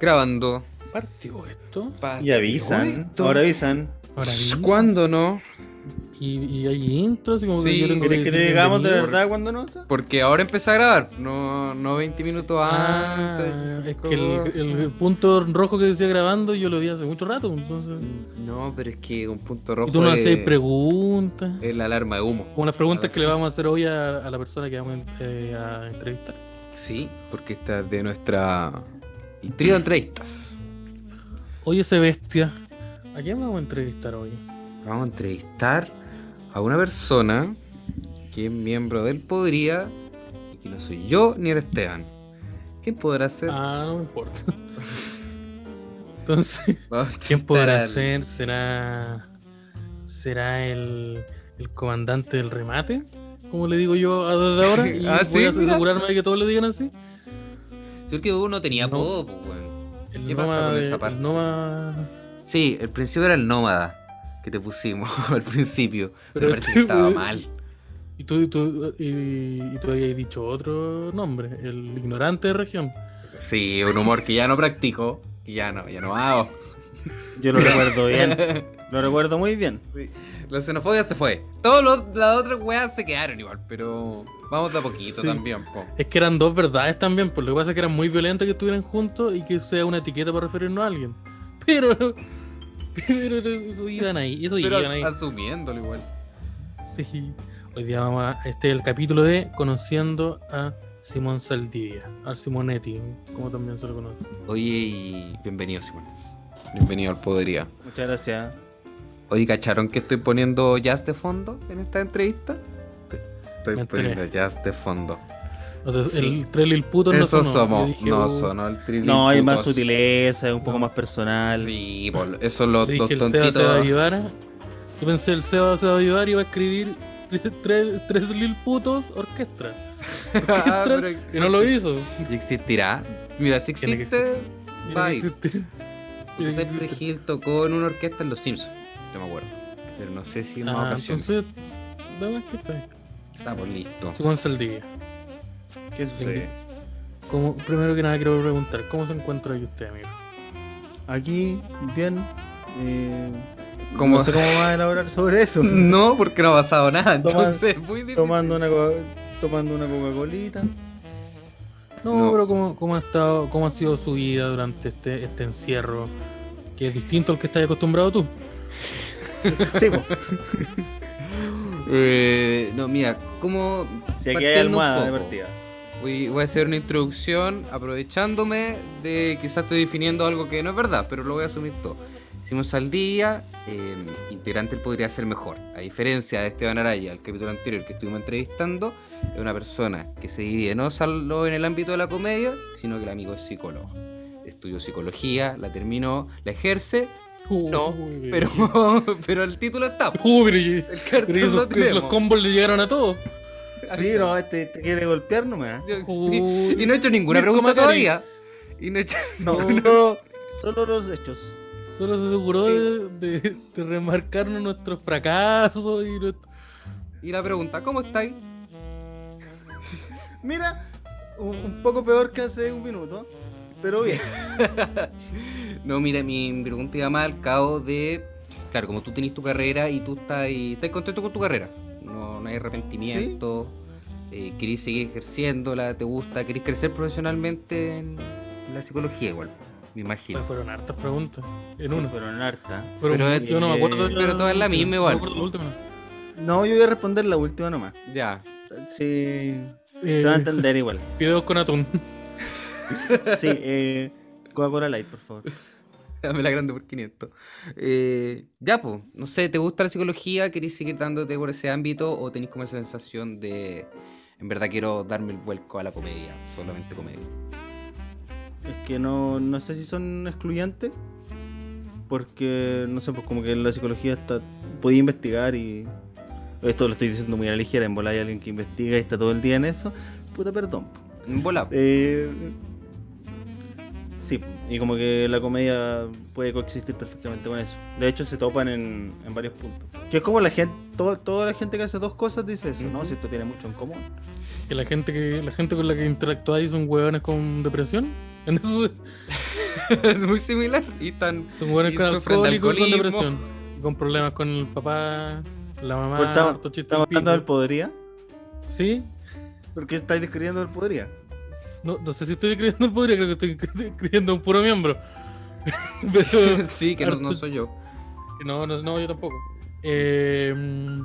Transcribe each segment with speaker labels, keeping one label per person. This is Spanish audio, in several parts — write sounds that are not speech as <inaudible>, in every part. Speaker 1: Grabando.
Speaker 2: Partió esto.
Speaker 1: Partió
Speaker 3: Y avisan,
Speaker 1: esto.
Speaker 3: ahora avisan.
Speaker 2: Ahora
Speaker 1: Pss,
Speaker 2: bien.
Speaker 1: ¿Cuándo no?
Speaker 2: Y, y hay intros, como
Speaker 1: Sí.
Speaker 2: que yo tengo
Speaker 3: ¿Quieres que te
Speaker 2: decir
Speaker 3: digamos de
Speaker 2: bienvenido.
Speaker 3: verdad cuando no? Sa?
Speaker 1: Porque ahora empecé a grabar, no, no 20 minutos
Speaker 2: Ah,
Speaker 1: antes.
Speaker 2: es que el, el punto rojo que decía grabando yo lo vi hace mucho rato. Entonces,
Speaker 1: No, pero es que un punto
Speaker 2: y
Speaker 1: rojo eh,
Speaker 2: tú no
Speaker 1: es,
Speaker 2: hacéis preguntas.
Speaker 1: es la alarma de humo.
Speaker 2: Como las preguntas que le vamos a hacer hoy a, a la persona que vamos eh, a entrevistar.
Speaker 1: Sí, porque esta es de nuestra... El trío de entrevistas.
Speaker 2: Oye, ese bestia, ¿a quién vamos a entrevistar hoy?
Speaker 1: Vamos a entrevistar a una persona que es miembro del Podría y que no soy yo ni el Esteban. ¿Quién podrá ser?
Speaker 2: Ah, no me importa. <laughs> Entonces,
Speaker 1: Vamos a
Speaker 2: ¿quién podrá
Speaker 1: entrevistar al-
Speaker 2: ser? ¿Será, será el, el comandante del remate? Como le digo yo a-
Speaker 1: <laughs>
Speaker 2: desde ahora. Y
Speaker 1: Ah,
Speaker 2: voy
Speaker 1: sí,
Speaker 2: a
Speaker 1: mira.
Speaker 2: asegurarme de que todos le digan así.
Speaker 1: Sí, porque uno tenía
Speaker 2: No.
Speaker 1: apodo, pues, weón.
Speaker 2: El
Speaker 1: ¿Qué
Speaker 2: nómada
Speaker 1: pasa con
Speaker 2: de-
Speaker 1: esa parte?
Speaker 2: El nómada-
Speaker 1: Sí, el principio era el nómada que te pusimos <laughs> al principio. Pero
Speaker 2: Pero
Speaker 1: me parece
Speaker 2: este
Speaker 1: que estaba
Speaker 2: weón-
Speaker 1: mal.
Speaker 2: Y tú, y tú, y, y tú habías dicho otro nombre, el ignorante de región.
Speaker 1: Sí, un humor que ya no practico. Que ya no, ya no hago.
Speaker 3: Yo lo recuerdo bien, lo recuerdo muy bien.
Speaker 1: La xenofobia se fue. Todas las otras weas se quedaron igual, pero vamos de a poquito
Speaker 2: Sí.
Speaker 1: también, po.
Speaker 2: Es que eran dos verdades también, por lo que pasa es que eran muy violentas que estuvieran juntos y que sea una etiqueta para referirnos a alguien. <laughs> Pero, pero eso iban ahí, eso
Speaker 1: Pero
Speaker 2: iban ahí.
Speaker 1: as- asumiéndolo igual.
Speaker 2: Sí. Hoy día vamos a, este es el capítulo de Conociendo a Simón Saldivia, al Simonetti, como también se lo conoce.
Speaker 1: Oye, y bienvenido, Simón. Bienvenido al Podería.
Speaker 3: Muchas gracias.
Speaker 1: Oye, ¿cacharon que estoy poniendo jazz de fondo en esta entrevista? Estoy
Speaker 2: Me
Speaker 1: poniendo
Speaker 2: enteré.
Speaker 1: jazz de fondo.
Speaker 2: O sea,
Speaker 1: Sí.
Speaker 2: El trailer puto no
Speaker 1: Eso
Speaker 2: sonó.
Speaker 1: somos.
Speaker 2: Yo dije,
Speaker 1: no
Speaker 2: oh,
Speaker 1: sonó el trilín.
Speaker 3: No, hay más
Speaker 1: putos.
Speaker 3: sutileza, es un poco
Speaker 2: No.
Speaker 3: más personal.
Speaker 1: Sí, por, eso los
Speaker 2: Dije,
Speaker 1: dos
Speaker 2: el Seba se va
Speaker 1: <laughs>
Speaker 2: a
Speaker 1: tontitos.
Speaker 2: ayudar. Yo pensé, el Seba se va a ayudar y va a escribir tres, tres, tres Lil Putos Orquestra.
Speaker 1: Ah,
Speaker 2: Orquestra,
Speaker 1: pero-
Speaker 2: y no lo hizo.
Speaker 1: ¿Y existirá? Mira, si
Speaker 2: Tiene que
Speaker 1: existe,
Speaker 2: Mira
Speaker 1: va a
Speaker 2: que
Speaker 1: ir.
Speaker 2: existe. Mira que
Speaker 1: Siempre
Speaker 2: existe.
Speaker 1: Hill tocó en una orquesta en Los Simpsons, yo me acuerdo. Pero no sé si en una
Speaker 2: Ah,
Speaker 1: ocasión.
Speaker 2: entonces, nada más que está ahí.
Speaker 1: Estamos listos.
Speaker 2: Simón Saldivia.
Speaker 3: ¿Qué sucede?
Speaker 2: Como, primero que nada quiero preguntar, ¿cómo se encuentra ahí usted, amigo?
Speaker 3: Aquí, bien. eh,
Speaker 1: Como- <laughs>
Speaker 3: No sé cómo va a elaborar sobre eso.
Speaker 1: No, porque no ha pasado nada,
Speaker 3: Toma-
Speaker 1: entonces es muy difícil.
Speaker 3: Tomando una, co- tomando
Speaker 1: <laughs>
Speaker 3: una Coca-Colita.
Speaker 2: No,
Speaker 1: No.
Speaker 2: pero ¿cómo, cómo ha estado, cómo ha sido su vida durante este, este encierro? Que es distinto al que estás acostumbrado tú.
Speaker 3: Sí, po.
Speaker 1: Eh, no, mira, como
Speaker 3: Si aquí hay
Speaker 1: Partiendo un
Speaker 3: almohada de
Speaker 1: poco.
Speaker 3: partida.
Speaker 1: voy, voy a hacer una introducción aprovechándome de quizás estoy definiendo algo que no es verdad, pero lo voy a asumir todo. Simón Saldía, eh, integrante del Podría Ser Mejor. A diferencia de Esteban Araya, el capítulo anterior que estuvimos entrevistando, es una persona que se divide no solo en el ámbito de la comedia, sino que el amigo es psicólogo. Estudió psicología, la terminó, la ejerce, No,
Speaker 2: Uy,
Speaker 1: pero, pero <laughs> el título está. po.
Speaker 2: Uy, pero y-
Speaker 1: El cartón
Speaker 2: pero y
Speaker 1: lo
Speaker 2: esos- los
Speaker 1: tenemos.
Speaker 2: combos le llegaron a todos.
Speaker 3: Sí, no, este te quiere golpear nomás.
Speaker 1: Yo- sí.
Speaker 2: Uy.
Speaker 1: Y no he hecho ninguna
Speaker 2: Mirko
Speaker 1: pregunta
Speaker 2: Macari.
Speaker 1: todavía. Y no he hecho
Speaker 3: No, solo, solo los hechos.
Speaker 2: Solo se aseguró de, de- de remarcarnos nuestros fracasos y nuestro-
Speaker 1: Y la pregunta, ¿cómo estáis?
Speaker 3: Mira, un, un poco peor que hace un minuto, pero bien.
Speaker 1: No, mira, mi pregunta iba más al cabo de. Claro, como tú tenés tu carrera y tú estás, ahí- estás contento con tu carrera. No, no hay arrepentimiento. eh, querís seguir ejerciéndola, te gusta, querís crecer profesionalmente en la psicología, igual. Me imagino.
Speaker 2: Pues Fueron hartas preguntas. <laughs> En
Speaker 3: Sí,
Speaker 2: una.
Speaker 3: fueron harta.
Speaker 2: Fueron-
Speaker 1: Pero- eh,
Speaker 2: yo no me acuerdo. de
Speaker 1: pero todas la misma
Speaker 2: no me
Speaker 1: igual.
Speaker 2: acuerdo de la última.
Speaker 3: No, yo voy a responder la última nomás.
Speaker 1: Ya. <laughs>
Speaker 3: Sí,
Speaker 2: Eh,
Speaker 3: se va a
Speaker 2: <laughs>
Speaker 3: entender igual.
Speaker 2: Fideos con atún.
Speaker 3: Sí, eh, Coca-Cola Light, por favor.
Speaker 1: Dame la grande por 500. Eh, ya, pues, no sé, ¿te gusta la psicología? ¿Querés seguir dándote por ese ámbito? ¿O tenés como esa sensación de, en verdad quiero darme el vuelco a la comedia? Solamente comedia.
Speaker 3: Es que no, no sé si son excluyentes, porque no sé, pues como que la psicología está. Podía investigar y. Esto lo estoy diciendo muy a la ligera, en volar hay alguien que investiga y está todo el día en eso. Puta, perdón.
Speaker 1: En Bola.
Speaker 3: Eh, sí, y como que la comedia puede coexistir perfectamente con eso. De hecho, se topan en, en varios puntos. Que es como la gente, todo- toda la gente que hace dos cosas dice eso, ¿no?
Speaker 1: Ujú.
Speaker 3: Si esto tiene mucho en común.
Speaker 2: Que la gente que la gente con la que interactuáis son hueones con depresión. En eso
Speaker 1: <laughs>
Speaker 2: se-
Speaker 1: es muy similar y
Speaker 3: <laughs>
Speaker 1: tan...
Speaker 2: Son hueones
Speaker 1: Y
Speaker 2: con
Speaker 1: sufren de
Speaker 2: alcohólicos y con
Speaker 1: alcoholismo.
Speaker 2: depresión. y Con problemas con el papá, la mamá,
Speaker 3: Pues estamos-
Speaker 2: Ah, harto chiste
Speaker 3: Estamos
Speaker 2: en
Speaker 3: hablando del
Speaker 2: pico.
Speaker 3: podería.
Speaker 2: Sí,
Speaker 3: ¿Por qué estáis describiendo el podería?
Speaker 2: no, <laughs> no sé si estoy escribiendo el podría, creo que estoy <laughs> escribiendo un puro miembro. <laughs>
Speaker 1: <laughs>
Speaker 2: Pero
Speaker 1: sí, que no, no
Speaker 2: Harto-
Speaker 1: soy yo.
Speaker 2: no, no, no, yo tampoco. Eh, mm,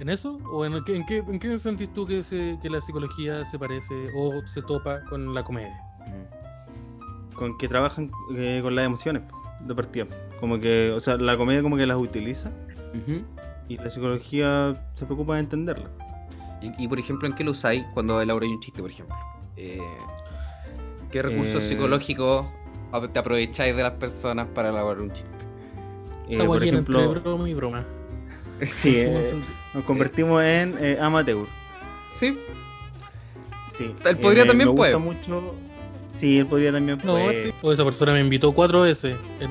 Speaker 2: ¿En eso? ¿O en, qué- en qué, en qué sentís tú que, se- que la psicología se parece o se topa con la comedia?
Speaker 3: Con que trabajan eh, con las emociones de partida. Como que, o sea, la comedia como que las utiliza
Speaker 1: Ujú.
Speaker 3: y la psicología se preocupa de entenderla.
Speaker 1: Y, y, por ejemplo, ¿en qué lo usáis cuando elaboráis un chiste, por ejemplo? Eh, ¿Qué recursos
Speaker 3: Eh.
Speaker 1: psicológicos a- te aprovecháis de las personas para elaborar un chiste?
Speaker 3: Eh,
Speaker 2: Estamos
Speaker 3: por
Speaker 2: llenos
Speaker 3: ejemplo,
Speaker 2: entre broma y broma.
Speaker 3: sí,
Speaker 2: Somos
Speaker 3: eh,
Speaker 2: un-
Speaker 3: nos convertimos en eh, amateur.
Speaker 1: <laughs> Sí,
Speaker 3: Sí.
Speaker 1: El podría
Speaker 3: Eh,
Speaker 1: también
Speaker 3: me gusta
Speaker 1: puede.
Speaker 3: mucho. Sí, él podría también
Speaker 2: No,
Speaker 3: puede.
Speaker 2: este- o esa persona me invitó cuatro veces en,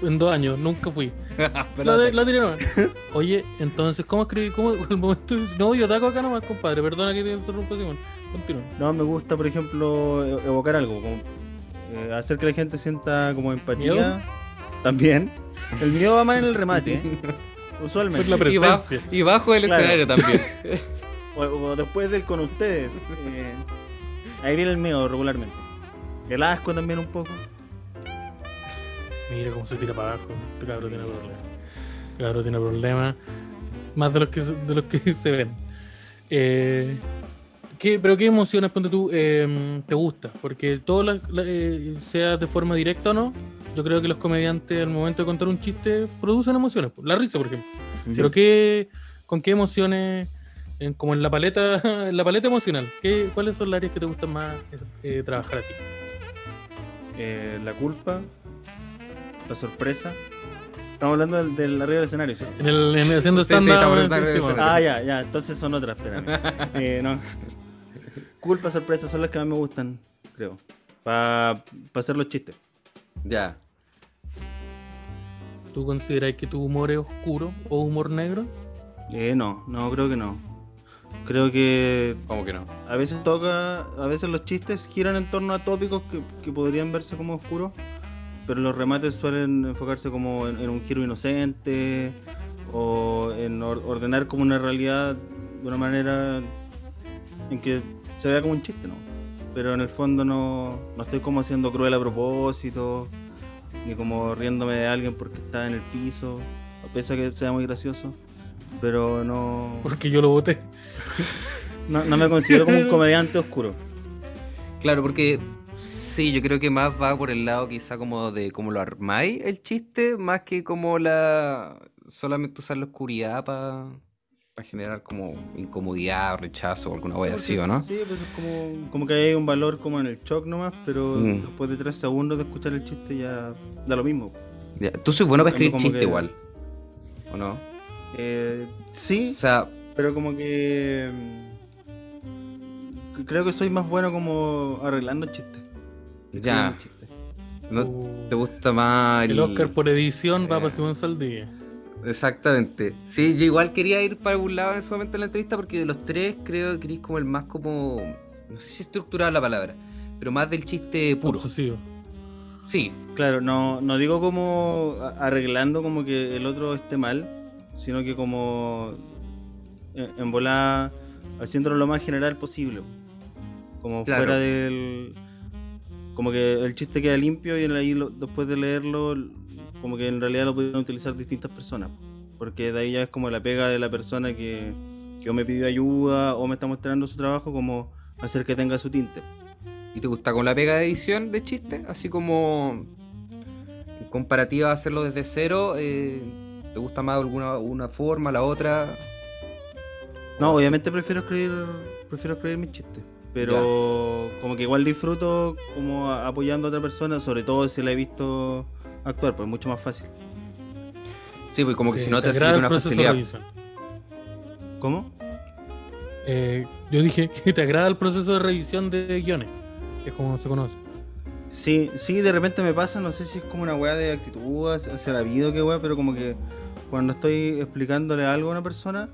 Speaker 2: en dos años, nunca fui. La, de,
Speaker 1: Espérate.
Speaker 2: la tiraron. <laughs> Oye, entonces, ¿cómo escribí? ¿Cómo el momento? de- No, yo taco acá nomás, compadre. Perdona que te interrumpa, Simón. Continúa.
Speaker 3: No, me gusta, por ejemplo, e- evocar algo, como eh, hacer que la gente sienta como empatía.
Speaker 2: ¿Miedo?
Speaker 3: También. El miedo va más en el
Speaker 2: <laughs>
Speaker 3: remate, ¿eh? usualmente.
Speaker 2: Por la pre-
Speaker 1: y, ba-
Speaker 2: presencia.
Speaker 1: y bajo del
Speaker 3: Claro.
Speaker 1: escenario también.
Speaker 3: <laughs> O, o después del con ustedes. eh, ahí viene el miedo regularmente. El asco también un poco.
Speaker 2: Mira cómo se tira para abajo. Este cabrón tiene problemas. Este cabrón tiene problemas. Más de los que, se- de los que <laughs> se ven. Eh, ¿qué- ¿Pero qué emociones, ponte tú, eh, te gusta? Porque todo, la- la- eh, sea de forma directa o no, yo creo que los comediantes al momento de contar un chiste producen emociones. La risa, por ejemplo. Pero qué, ¿con qué emociones, en- como en la paleta, <laughs> en la paleta emocional, ¿qué, cuáles son las áreas que te gustan más eh, trabajar a ti?
Speaker 3: Eh, la culpa. La sorpresa. Estamos hablando del, del arriba del escenario, ¿cierto?
Speaker 2: En el, en, haciendo
Speaker 1: Sí, sí,
Speaker 2: stand-up,
Speaker 1: estamos
Speaker 2: eh,
Speaker 1: en el
Speaker 2: último.
Speaker 1: escenario.
Speaker 3: Ah, ya, ya, entonces son otras, espérame. Eh, no. Culpa, sorpresa, son las que más me gustan, creo. Para hacer los chistes.
Speaker 1: Ya.
Speaker 2: ¿Tú consideras que tu humor es oscuro o humor negro?
Speaker 3: Eh, no, no, creo que no. Creo que
Speaker 1: ¿Cómo que no?
Speaker 3: a veces toca, a veces los chistes giran en torno a tópicos que, que podrían verse como oscuros, pero los remates suelen enfocarse como en, en un giro inocente o en or- ordenar como una realidad de una manera en que se vea como un chiste, ¿no? Pero en el fondo no, no estoy como haciendo cruel a propósito, ni como riéndome de alguien porque está en el piso, a pesar que sea muy gracioso, pero no...
Speaker 2: Porque yo lo voté.
Speaker 3: No, no me considero como un comediante oscuro.
Speaker 1: Claro, porque sí, yo creo que más va por el lado quizá como de cómo lo armáis el chiste, más que como la... solamente usar la oscuridad para generar como incomodidad o rechazo o alguna wea así, ¿o no?
Speaker 3: Sí, pues es como, como que hay un valor como en el shock nomás, pero
Speaker 1: Mm.
Speaker 3: después de tres segundos de escuchar el chiste ya da lo mismo.
Speaker 1: Ya, Tú soy bueno para escribir
Speaker 3: Cambio como
Speaker 1: chiste
Speaker 3: que-
Speaker 1: igual, ¿o no?
Speaker 3: Eh,
Speaker 1: O
Speaker 3: sí,
Speaker 1: sea,
Speaker 3: pero como que... mm, Creo que soy más bueno como arreglando chistes.
Speaker 1: ya,
Speaker 3: Escribiendo chistes.
Speaker 1: no,
Speaker 2: Uh,
Speaker 1: te gusta más
Speaker 2: el
Speaker 1: el-
Speaker 2: Oscar por edición va
Speaker 1: Eh.
Speaker 2: para Simón Saldivia.
Speaker 1: Exactamente. Sí, yo igual quería ir para un lado en ese momento en la entrevista porque de los tres creo que eres como el más como... No sé si estructurada la palabra, pero más del chiste puro.
Speaker 2: Obsesivo.
Speaker 1: Sí,
Speaker 3: Claro, no, no digo como a- arreglando como que el otro esté mal, sino que como eh, en en volá haciéndolo lo más general posible. Como
Speaker 1: Claro.
Speaker 3: fuera del. Como que el chiste queda limpio y ahí lo- después de leerlo, como que en realidad lo pudieron utilizar distintas personas. Porque de ahí ya es como la pega de la persona que, que o me pidió ayuda o me está mostrando su trabajo, como hacer que tenga su tinte.
Speaker 1: ¿Y te gusta con la pega de edición de chiste? Así como en comparativa a hacerlo desde cero, eh, ¿te gusta más alguna una forma, la otra?
Speaker 3: No, obviamente prefiero escribir, prefiero escribir mis chistes. Pero como que igual disfruto como a- apoyando a otra persona, sobre todo si la he visto actuar, pues es mucho más fácil.
Speaker 1: Sí, pues como que
Speaker 2: Eh,
Speaker 1: si no te
Speaker 2: agrada
Speaker 1: hace
Speaker 2: el
Speaker 1: una
Speaker 2: proceso de
Speaker 1: facilidad.
Speaker 2: revisión.
Speaker 3: ¿Cómo?
Speaker 2: Eh, yo dije <laughs> que te agrada el proceso de revisión de guiones, que es como se conoce.
Speaker 3: Sí, sí, de repente me pasa, no sé si es como una weá de actitud hacia hacia la vida o qué weá, pero como que cuando estoy explicándole algo a una persona,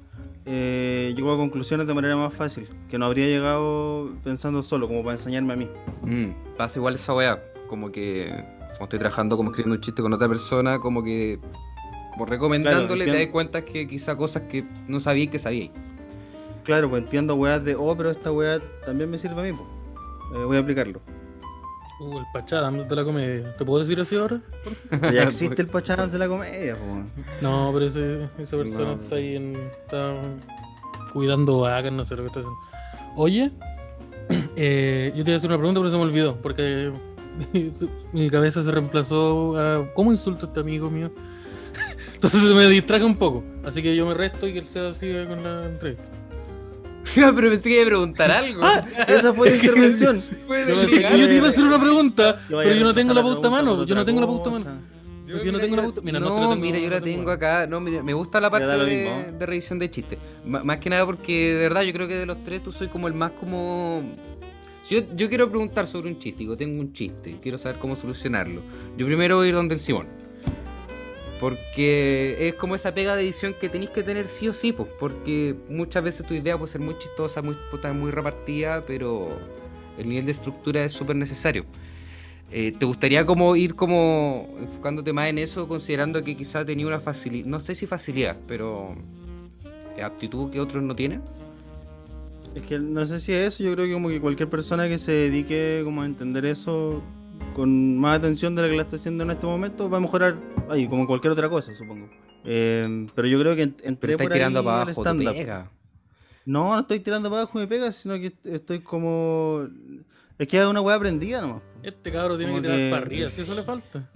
Speaker 3: eh, llego a conclusiones de manera más fácil, que no habría llegado pensando solo, como para enseñarme a mí.
Speaker 1: Mm, pasa igual esa weá. como que cuando estoy trabajando como escribiendo un chiste con otra persona, como que como recomendándole
Speaker 3: entiendo.
Speaker 1: te das cuenta que quizá cosas que no sabías que sabías.
Speaker 3: Claro, pues entiendo weas de, oh, pero esta wea también me sirve a mí, pues. Eh, voy a aplicarlo.
Speaker 2: Uh, el Pachá, dándome de la comedia. ¿Te puedo decir así ahora?
Speaker 3: <laughs> Ya existe el Pachadams de la comedia, pues.
Speaker 2: No, pero ese- esa persona
Speaker 1: No.
Speaker 2: está ahí en, está cuidando vacas, no sé lo que está haciendo. Oye, <clears throat> eh, yo te iba a hacer una pregunta, pero se me olvidó, porque <laughs> mi cabeza se reemplazó a ¿cómo insulto a este amigo mío? <laughs> Entonces me distraje un poco, así que yo me resto y que él se siga con la entrevista.
Speaker 1: <laughs> pero pensé que iba a preguntar algo.
Speaker 3: <laughs> ¡Ah! <laughs> Esa fue la intervención.
Speaker 1: Fue
Speaker 3: no me
Speaker 2: Es que
Speaker 1: delicado.
Speaker 3: sé
Speaker 2: yo te iba a hacer una pregunta,
Speaker 3: No
Speaker 2: pero
Speaker 3: vaya
Speaker 2: yo
Speaker 3: a
Speaker 2: no tengo
Speaker 3: reemplazar
Speaker 2: la pauta a
Speaker 3: pregunta
Speaker 2: mano,
Speaker 3: por
Speaker 2: yo no
Speaker 3: otra
Speaker 2: tengo la pauta a
Speaker 3: cosa.
Speaker 2: mano. Porque yo no tengo la gusta- mira, no se la
Speaker 1: no,
Speaker 2: tengo-
Speaker 1: mira, yo la
Speaker 2: no tengo
Speaker 1: tengo
Speaker 2: guardada.
Speaker 1: acá. No, mira, me gusta la parte
Speaker 3: da lo
Speaker 1: de,
Speaker 3: mismo.
Speaker 1: de revisión de chistes. Ma- más que nada porque, de verdad, yo creo que de los tres tú soy como el más como... Si yo, yo quiero preguntar sobre un chiste, digo, tengo un chiste, quiero saber cómo solucionarlo. Yo primero voy a ir donde el Simón. Porque es como esa pega de edición que tenéis que tener sí o sí, pues, porque muchas veces tu idea puede ser muy chistosa, muy puta, muy repartida, pero el nivel de estructura es súper necesario. Eh, ¿Te gustaría como ir como enfocándote más en eso, considerando que quizá tenía una facilidad, no sé si facilidad, pero eh, aptitud que otros no tienen?
Speaker 3: Es que no sé si es eso, yo creo que como que cualquier persona que se dedique como a entender eso con más atención de la que la está haciendo en este momento va a mejorar ahí, como en cualquier otra cosa, supongo. Eh, pero yo creo que ent-
Speaker 1: Pero
Speaker 3: entré
Speaker 1: estás
Speaker 3: por ahí
Speaker 1: tirando para
Speaker 3: al
Speaker 1: abajo, tu
Speaker 3: stand-up.
Speaker 1: pega.
Speaker 3: No, no estoy tirando para abajo mi pega, sino que estoy como... Es que es una weá aprendida nomás.
Speaker 2: Este cabro tiene que
Speaker 3: Como
Speaker 2: tirar
Speaker 3: que-
Speaker 2: para arriba, si eso le falta.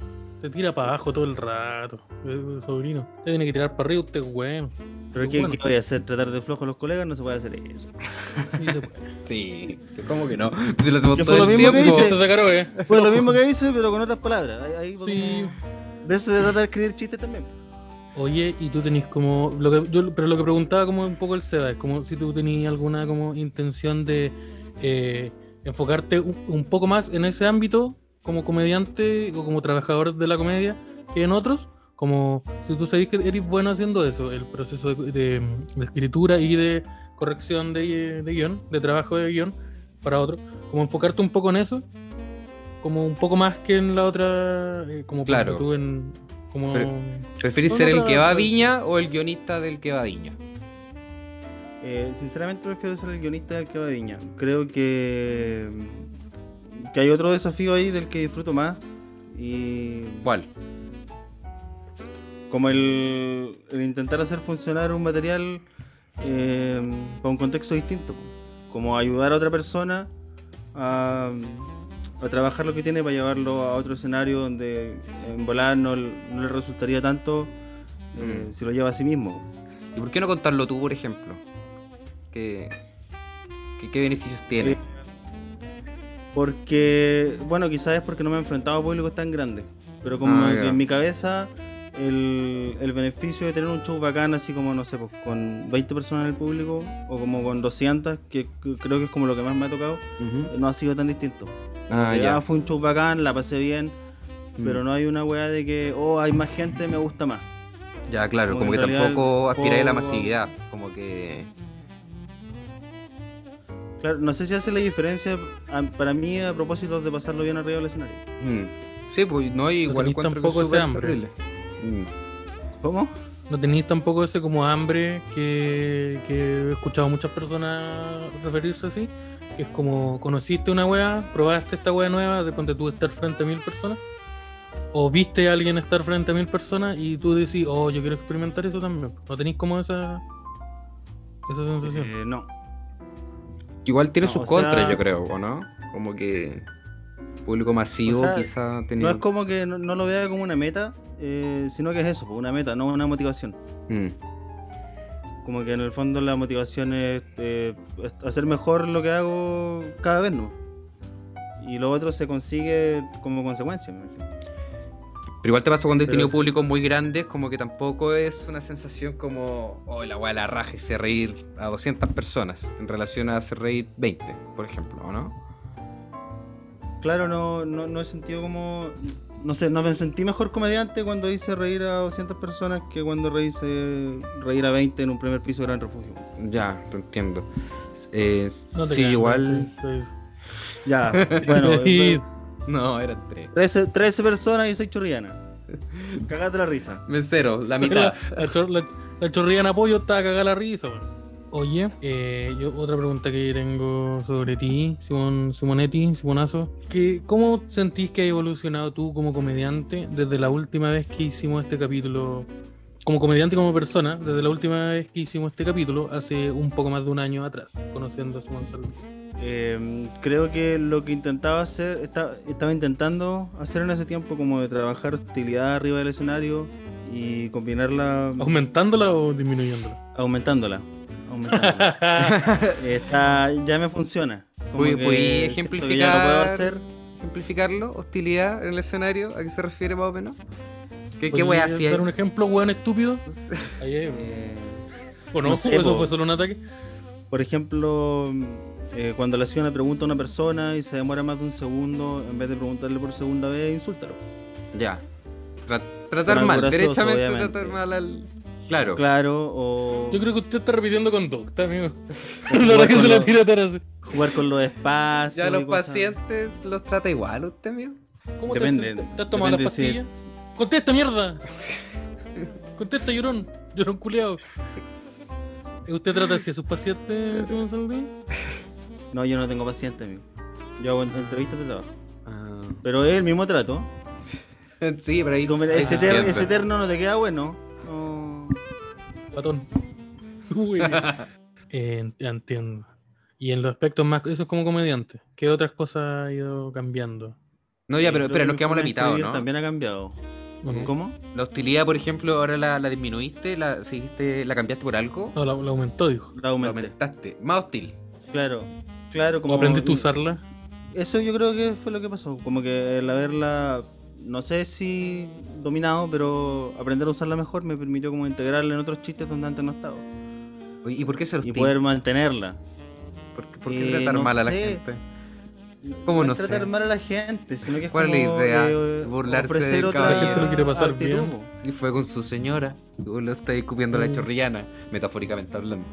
Speaker 2: Se tira para abajo todo el rato, eh, sobrino. Usted tiene que tirar para arriba, usted es weón.
Speaker 3: Pero ¿qué,
Speaker 2: Bueno.
Speaker 3: qué voy a hacer? ¿Tratar de flojo a los colegas? No se puede hacer eso.
Speaker 2: Sí, se puede.
Speaker 1: Sí, <laughs> ¿cómo que no? Si lo hacemos
Speaker 3: Que
Speaker 1: todo
Speaker 3: fue
Speaker 1: el
Speaker 3: lo mismo que
Speaker 1: tiempo.
Speaker 3: hice.
Speaker 2: Esto es de Caro, eh.
Speaker 3: Fue Pues lo mismo que hice, pero con otras palabras. Ahí- ahí fue
Speaker 2: Sí.
Speaker 3: como- De eso se trata de escribir chistes también.
Speaker 2: Oye, y tú tenés como. Lo que, yo, pero lo que preguntaba, como un poco el Seba, es como si tú tenías alguna como intención de eh, enfocarte un, un poco más en ese ámbito, como comediante o como trabajador de la comedia, que en otros. Como si tú sabés que eres bueno haciendo eso, el proceso de, de- de escritura y de corrección de, de guión, de trabajo de guión para otro, como enfocarte un poco en eso, como un poco más que en la otra, eh, como por
Speaker 1: Claro.
Speaker 2: ejemplo, tú en, como
Speaker 1: Pero- ¿Preferís
Speaker 2: No,
Speaker 1: ser
Speaker 2: no,
Speaker 1: el
Speaker 2: pero-
Speaker 1: que va a
Speaker 2: pero-
Speaker 1: Viña o el guionista del que va a Viña?
Speaker 3: Eh, sinceramente prefiero ser el guionista del que va a Viña. Creo que, que hay otro desafío ahí del que disfruto más. Y
Speaker 1: ¿Cuál?
Speaker 3: como el, el intentar hacer funcionar un material eh, para un contexto distinto. Como ayudar a otra persona a, a trabajar lo que tiene para llevarlo a otro escenario donde en volar no, no le resultaría tanto eh,
Speaker 1: Mm.
Speaker 3: si lo lleva a sí mismo.
Speaker 1: ¿Y por qué no contarlo tú, por ejemplo? ¿Qué, qué, qué beneficios tiene?
Speaker 3: Porque, bueno, quizás es porque no me he enfrentado a públicos tan grandes. Pero como
Speaker 1: Ah,
Speaker 3: que
Speaker 1: ya.
Speaker 3: en mi cabeza, el, el beneficio de tener un show bacán, así como, no sé, pues, con 20 personas en el público, o como con 200, que c- creo que es como lo que más me ha tocado,
Speaker 1: Ujú.
Speaker 3: no ha sido tan distinto.
Speaker 1: Ah,
Speaker 3: Eh,
Speaker 1: ya.
Speaker 3: ah, fue un show bacán, la pasé bien,
Speaker 1: Mm.
Speaker 3: pero no hay una weá de que, oh, hay más gente, me gusta más.
Speaker 1: Ya, claro,
Speaker 3: Como
Speaker 1: como
Speaker 3: que
Speaker 1: que
Speaker 3: en realidad
Speaker 1: tampoco
Speaker 3: el
Speaker 1: aspiráis a la
Speaker 3: juego-
Speaker 1: masividad, como que...
Speaker 3: Claro, no sé si hace la diferencia a- para mí a propósito de pasarlo bien arriba del escenario.
Speaker 1: Mm. Sí, pues no, y
Speaker 2: No
Speaker 1: igual
Speaker 2: tenís
Speaker 1: encuentro
Speaker 2: tampoco
Speaker 1: que es
Speaker 2: ese
Speaker 1: súper
Speaker 2: hambre.
Speaker 1: terrible. Mm.
Speaker 3: ¿Cómo?
Speaker 2: No tenéis tampoco ese como hambre que, que he escuchado a muchas personas referirse así, que es como conociste una wea, probaste esta wea nueva, de ponte tú estar frente a mil personas, o viste a alguien estar frente a mil personas y tú decís, oh, yo quiero experimentar eso también. No tenéis como esa, esa sensación.
Speaker 3: Eh, no.
Speaker 1: Igual tiene
Speaker 3: No,
Speaker 1: sus
Speaker 3: o
Speaker 1: contras,
Speaker 3: sea-
Speaker 1: yo creo, ¿o no? Como que público masivo
Speaker 3: O sea,
Speaker 1: quizá
Speaker 3: No
Speaker 1: tenía...
Speaker 3: es como que no, no lo vea como una meta, eh, sino que es eso, pues, una meta, no una motivación.
Speaker 1: Mm.
Speaker 3: Como que en el fondo la motivación es eh, es hacer mejor lo que hago cada vez, ¿no? Y lo otro se consigue como consecuencia. me imagino.
Speaker 1: Pero igual te pasa cuando he
Speaker 3: Pero
Speaker 1: tenido
Speaker 3: es-
Speaker 1: públicos muy grandes, como que tampoco es una sensación como, oh, la weá la raja y se reír a 200 personas, en relación a hacer reír 20, por ejemplo, ¿o no?
Speaker 3: Claro, no, no, no he sentido como... No sé, no me sentí mejor comediante cuando hice reír a 200 personas que cuando hice reír a 20 en un primer piso de Gran Refugio.
Speaker 1: Ya, te entiendo. Eh,
Speaker 2: No te
Speaker 1: sí,
Speaker 2: creas,
Speaker 1: igual...
Speaker 2: no te-
Speaker 3: Ya, bueno, eh,
Speaker 1: No, eran tres.
Speaker 3: 13, 13 personas y 6 chorrianas. Cagate la risa.
Speaker 1: Mesero, la mitad.
Speaker 2: La, la, chor- la- la chorrilla en apoyo está cagada la risa, weón. Oye, eh, yo otra pregunta que tengo sobre ti, Simón, Simonetti, Simonazo. Que, ¿Cómo sentís que has evolucionado tú como comediante desde la última vez que hicimos este capítulo? Como comediante y como persona, desde la última vez que hicimos este capítulo, hace un poco más de un año atrás, conociendo a Simón Salud.
Speaker 3: Eh, creo que lo que intentaba hacer, esta- estaba intentando hacer en ese tiempo como de trabajar hostilidad arriba del escenario y combinarla
Speaker 2: ¿Aumentándola o disminuyéndola?
Speaker 3: aumentándola. aumentándola.
Speaker 1: <laughs>
Speaker 3: Está, ya me funciona. Como
Speaker 1: Voy-
Speaker 3: que
Speaker 1: voy
Speaker 3: siento
Speaker 1: ejemplificar.
Speaker 3: que ya lo puedo hacer.
Speaker 1: Ejemplificarlo, hostilidad en el escenario, ¿a qué se refiere más o menos? ¿Qué, qué
Speaker 2: ¿Podrías
Speaker 1: wea hacía
Speaker 2: dar
Speaker 1: ahí?
Speaker 2: un ejemplo,
Speaker 1: <laughs>
Speaker 2: weón estúpido? Ahí es, weón.
Speaker 3: Eh,
Speaker 2: ¿O no?
Speaker 3: no sé,
Speaker 2: ¿Eso
Speaker 3: po.
Speaker 2: fue solo un ataque?
Speaker 3: por ejemplo, eh, cuando le hacía una pregunta a una persona y se demora más de un segundo, en vez de preguntarle por segunda vez, insúltalo.
Speaker 1: Ya. Tra- tratar
Speaker 3: Algo
Speaker 1: mal,
Speaker 3: gracioso,
Speaker 1: derechamente
Speaker 3: obviamente.
Speaker 1: tratar mal al. Claro.
Speaker 3: Claro, o
Speaker 2: Yo creo que usted está repitiendo conducta,
Speaker 3: <laughs>
Speaker 2: amigo.
Speaker 3: o
Speaker 2: La verdad
Speaker 3: jugar,
Speaker 2: que se
Speaker 3: con
Speaker 2: la
Speaker 3: los,
Speaker 2: tira a Taras.
Speaker 3: jugar con los espacios.
Speaker 1: Ya
Speaker 3: y
Speaker 1: los
Speaker 3: cosas.
Speaker 1: pacientes los trata igual usted mío.
Speaker 2: ¿Cómo
Speaker 3: Depende.
Speaker 2: te has, te has tomado las
Speaker 3: depende
Speaker 2: pastillas? ¡Contesta,
Speaker 3: <laughs>
Speaker 2: mierda! ¡Contesta, llorón! ¡Llorón culeado! ¿Usted trata así a sus
Speaker 3: <laughs>
Speaker 2: pacientes, Simón Saldín?
Speaker 3: si- No, yo no tengo pacientes, amigo. Yo hago ent- entrevistas de trabajo. Ah. Pero es el mismo trato.
Speaker 1: <laughs> sí, pero ahí.
Speaker 3: Y como el-
Speaker 1: ahí
Speaker 3: ese,
Speaker 1: se
Speaker 3: ter-
Speaker 1: entiende.
Speaker 3: ese terno no te queda bueno. No.
Speaker 2: Patón. <laughs> Uy.
Speaker 3: <laughs>
Speaker 2: Eh, ent- entiendo. Y en los aspectos más... Eso es como comediante. ¿Qué otras cosas ha ido cambiando?
Speaker 1: No, ya, pero
Speaker 3: Creo
Speaker 1: espera,
Speaker 3: que
Speaker 1: nos
Speaker 3: mi
Speaker 1: quedamos
Speaker 3: forma
Speaker 1: la
Speaker 3: de
Speaker 1: mitad, ¿o
Speaker 3: escribir
Speaker 1: ¿no?
Speaker 3: También ha cambiado.
Speaker 2: ¿O no?
Speaker 3: ¿Cómo?
Speaker 1: La hostilidad, por ejemplo, ahora la, la disminuiste, la, seguiste, la cambiaste por algo.
Speaker 2: No, la, la aumentó, dijo.
Speaker 3: La
Speaker 1: La
Speaker 3: aumenté.
Speaker 1: aumentaste. Más hostil.
Speaker 3: Claro, claro.
Speaker 2: ¿O
Speaker 3: Como
Speaker 2: aprendiste a
Speaker 3: <laughs>
Speaker 2: usarla? <laughs>
Speaker 3: Eso yo creo que fue lo que pasó. Como que el haberla, no sé si dominado, pero aprender a usarla mejor me permitió como integrarla en otros chistes donde antes no estaba.
Speaker 1: Oye, ¿Y por qué ser
Speaker 3: Y
Speaker 1: hostil?
Speaker 3: poder mantenerla.
Speaker 1: ¿Por, qué- por qué
Speaker 3: Eh,
Speaker 1: tratar
Speaker 3: no
Speaker 1: mal a la
Speaker 3: sé.
Speaker 1: gente? ¿Cómo no
Speaker 3: es tratar
Speaker 1: sé?
Speaker 3: mal a la gente, sino que es
Speaker 1: ¿Cuál es la
Speaker 3: como
Speaker 1: idea?
Speaker 3: eh,
Speaker 1: Burlarse
Speaker 3: ofrecer
Speaker 1: del
Speaker 3: otra
Speaker 1: caballero. La gente
Speaker 2: lo quiere pasar
Speaker 3: actitud,
Speaker 2: bien.
Speaker 3: po.
Speaker 1: Si fue con su señora, tú lo está escupiendo la
Speaker 2: Mm.
Speaker 1: chorrillana, metafóricamente hablando.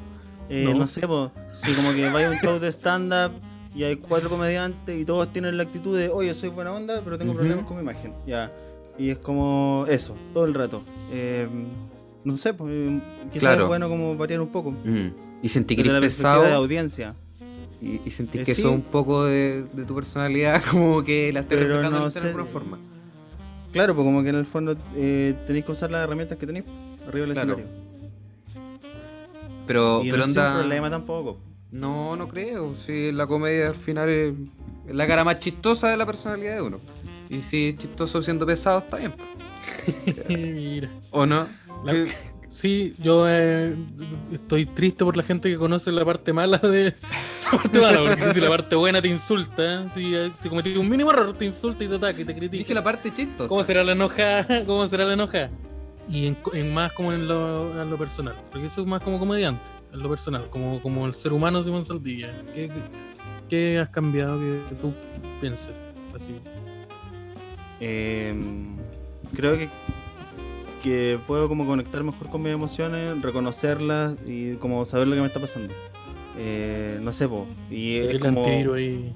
Speaker 3: Eh,
Speaker 2: No.
Speaker 3: no. sé, po, si como que vaya a un show de stand-up y hay cuatro comediantes y todos tienen la actitud de, oye, soy buena onda, pero tengo
Speaker 1: Ujú.
Speaker 3: problemas con mi imagen. Ya. Y es como eso, todo el rato. Eh, no sé, pues, eh, quizás
Speaker 1: Claro.
Speaker 3: es bueno como variar un poco.
Speaker 1: Mm. Y sentí que
Speaker 3: Desde la
Speaker 1: eres
Speaker 3: perspectiva de la
Speaker 1: pesado
Speaker 3: audiencia.
Speaker 1: y, y sentí
Speaker 3: Eh,
Speaker 1: que
Speaker 3: sí.
Speaker 1: eso es un poco de, de tu personalidad, <laughs> como que la estás
Speaker 3: Pero
Speaker 1: reflejando en
Speaker 3: no
Speaker 1: escena de
Speaker 3: sé. eh,
Speaker 1: alguna forma.
Speaker 3: Claro, pues como que en el fondo eh, tenéis que usar las herramientas que tenéis arriba del
Speaker 1: Claro.
Speaker 3: escenario.
Speaker 1: Pero,
Speaker 3: y
Speaker 1: pero
Speaker 3: no es un
Speaker 1: anda.
Speaker 3: problema tampoco.
Speaker 1: No, no creo. Si la comedia al final es es la cara más chistosa de la personalidad de uno. Y si es chistoso siendo pesado, está bien. po.
Speaker 2: Mira.
Speaker 1: ¿O no?
Speaker 2: La- <laughs>
Speaker 1: Eh,
Speaker 2: Sí, yo eh, estoy triste por la gente que conoce la parte mala de <laughs> la parte mala, porque si la parte buena te insulta, si, eh, si cometiste un mínimo error te insulta y te ataca y te critica.
Speaker 1: Dije la parte chistosa.
Speaker 2: ¿Cómo será la enoja? <laughs> ¿Cómo será la enoja? Y en, co- en más como en lo, en lo personal, porque eso es más como comediante, en lo personal, como, como el ser humano Simón Saldivia. ¿Qué, qué- qué has cambiado que tú pienses? Así.
Speaker 3: Eh, creo que, que puedo como conectar mejor con mis emociones, reconocerlas y como saber lo que me está pasando. Eh, no sé, po. Y
Speaker 2: El
Speaker 3: es como,
Speaker 2: antivirus ahí.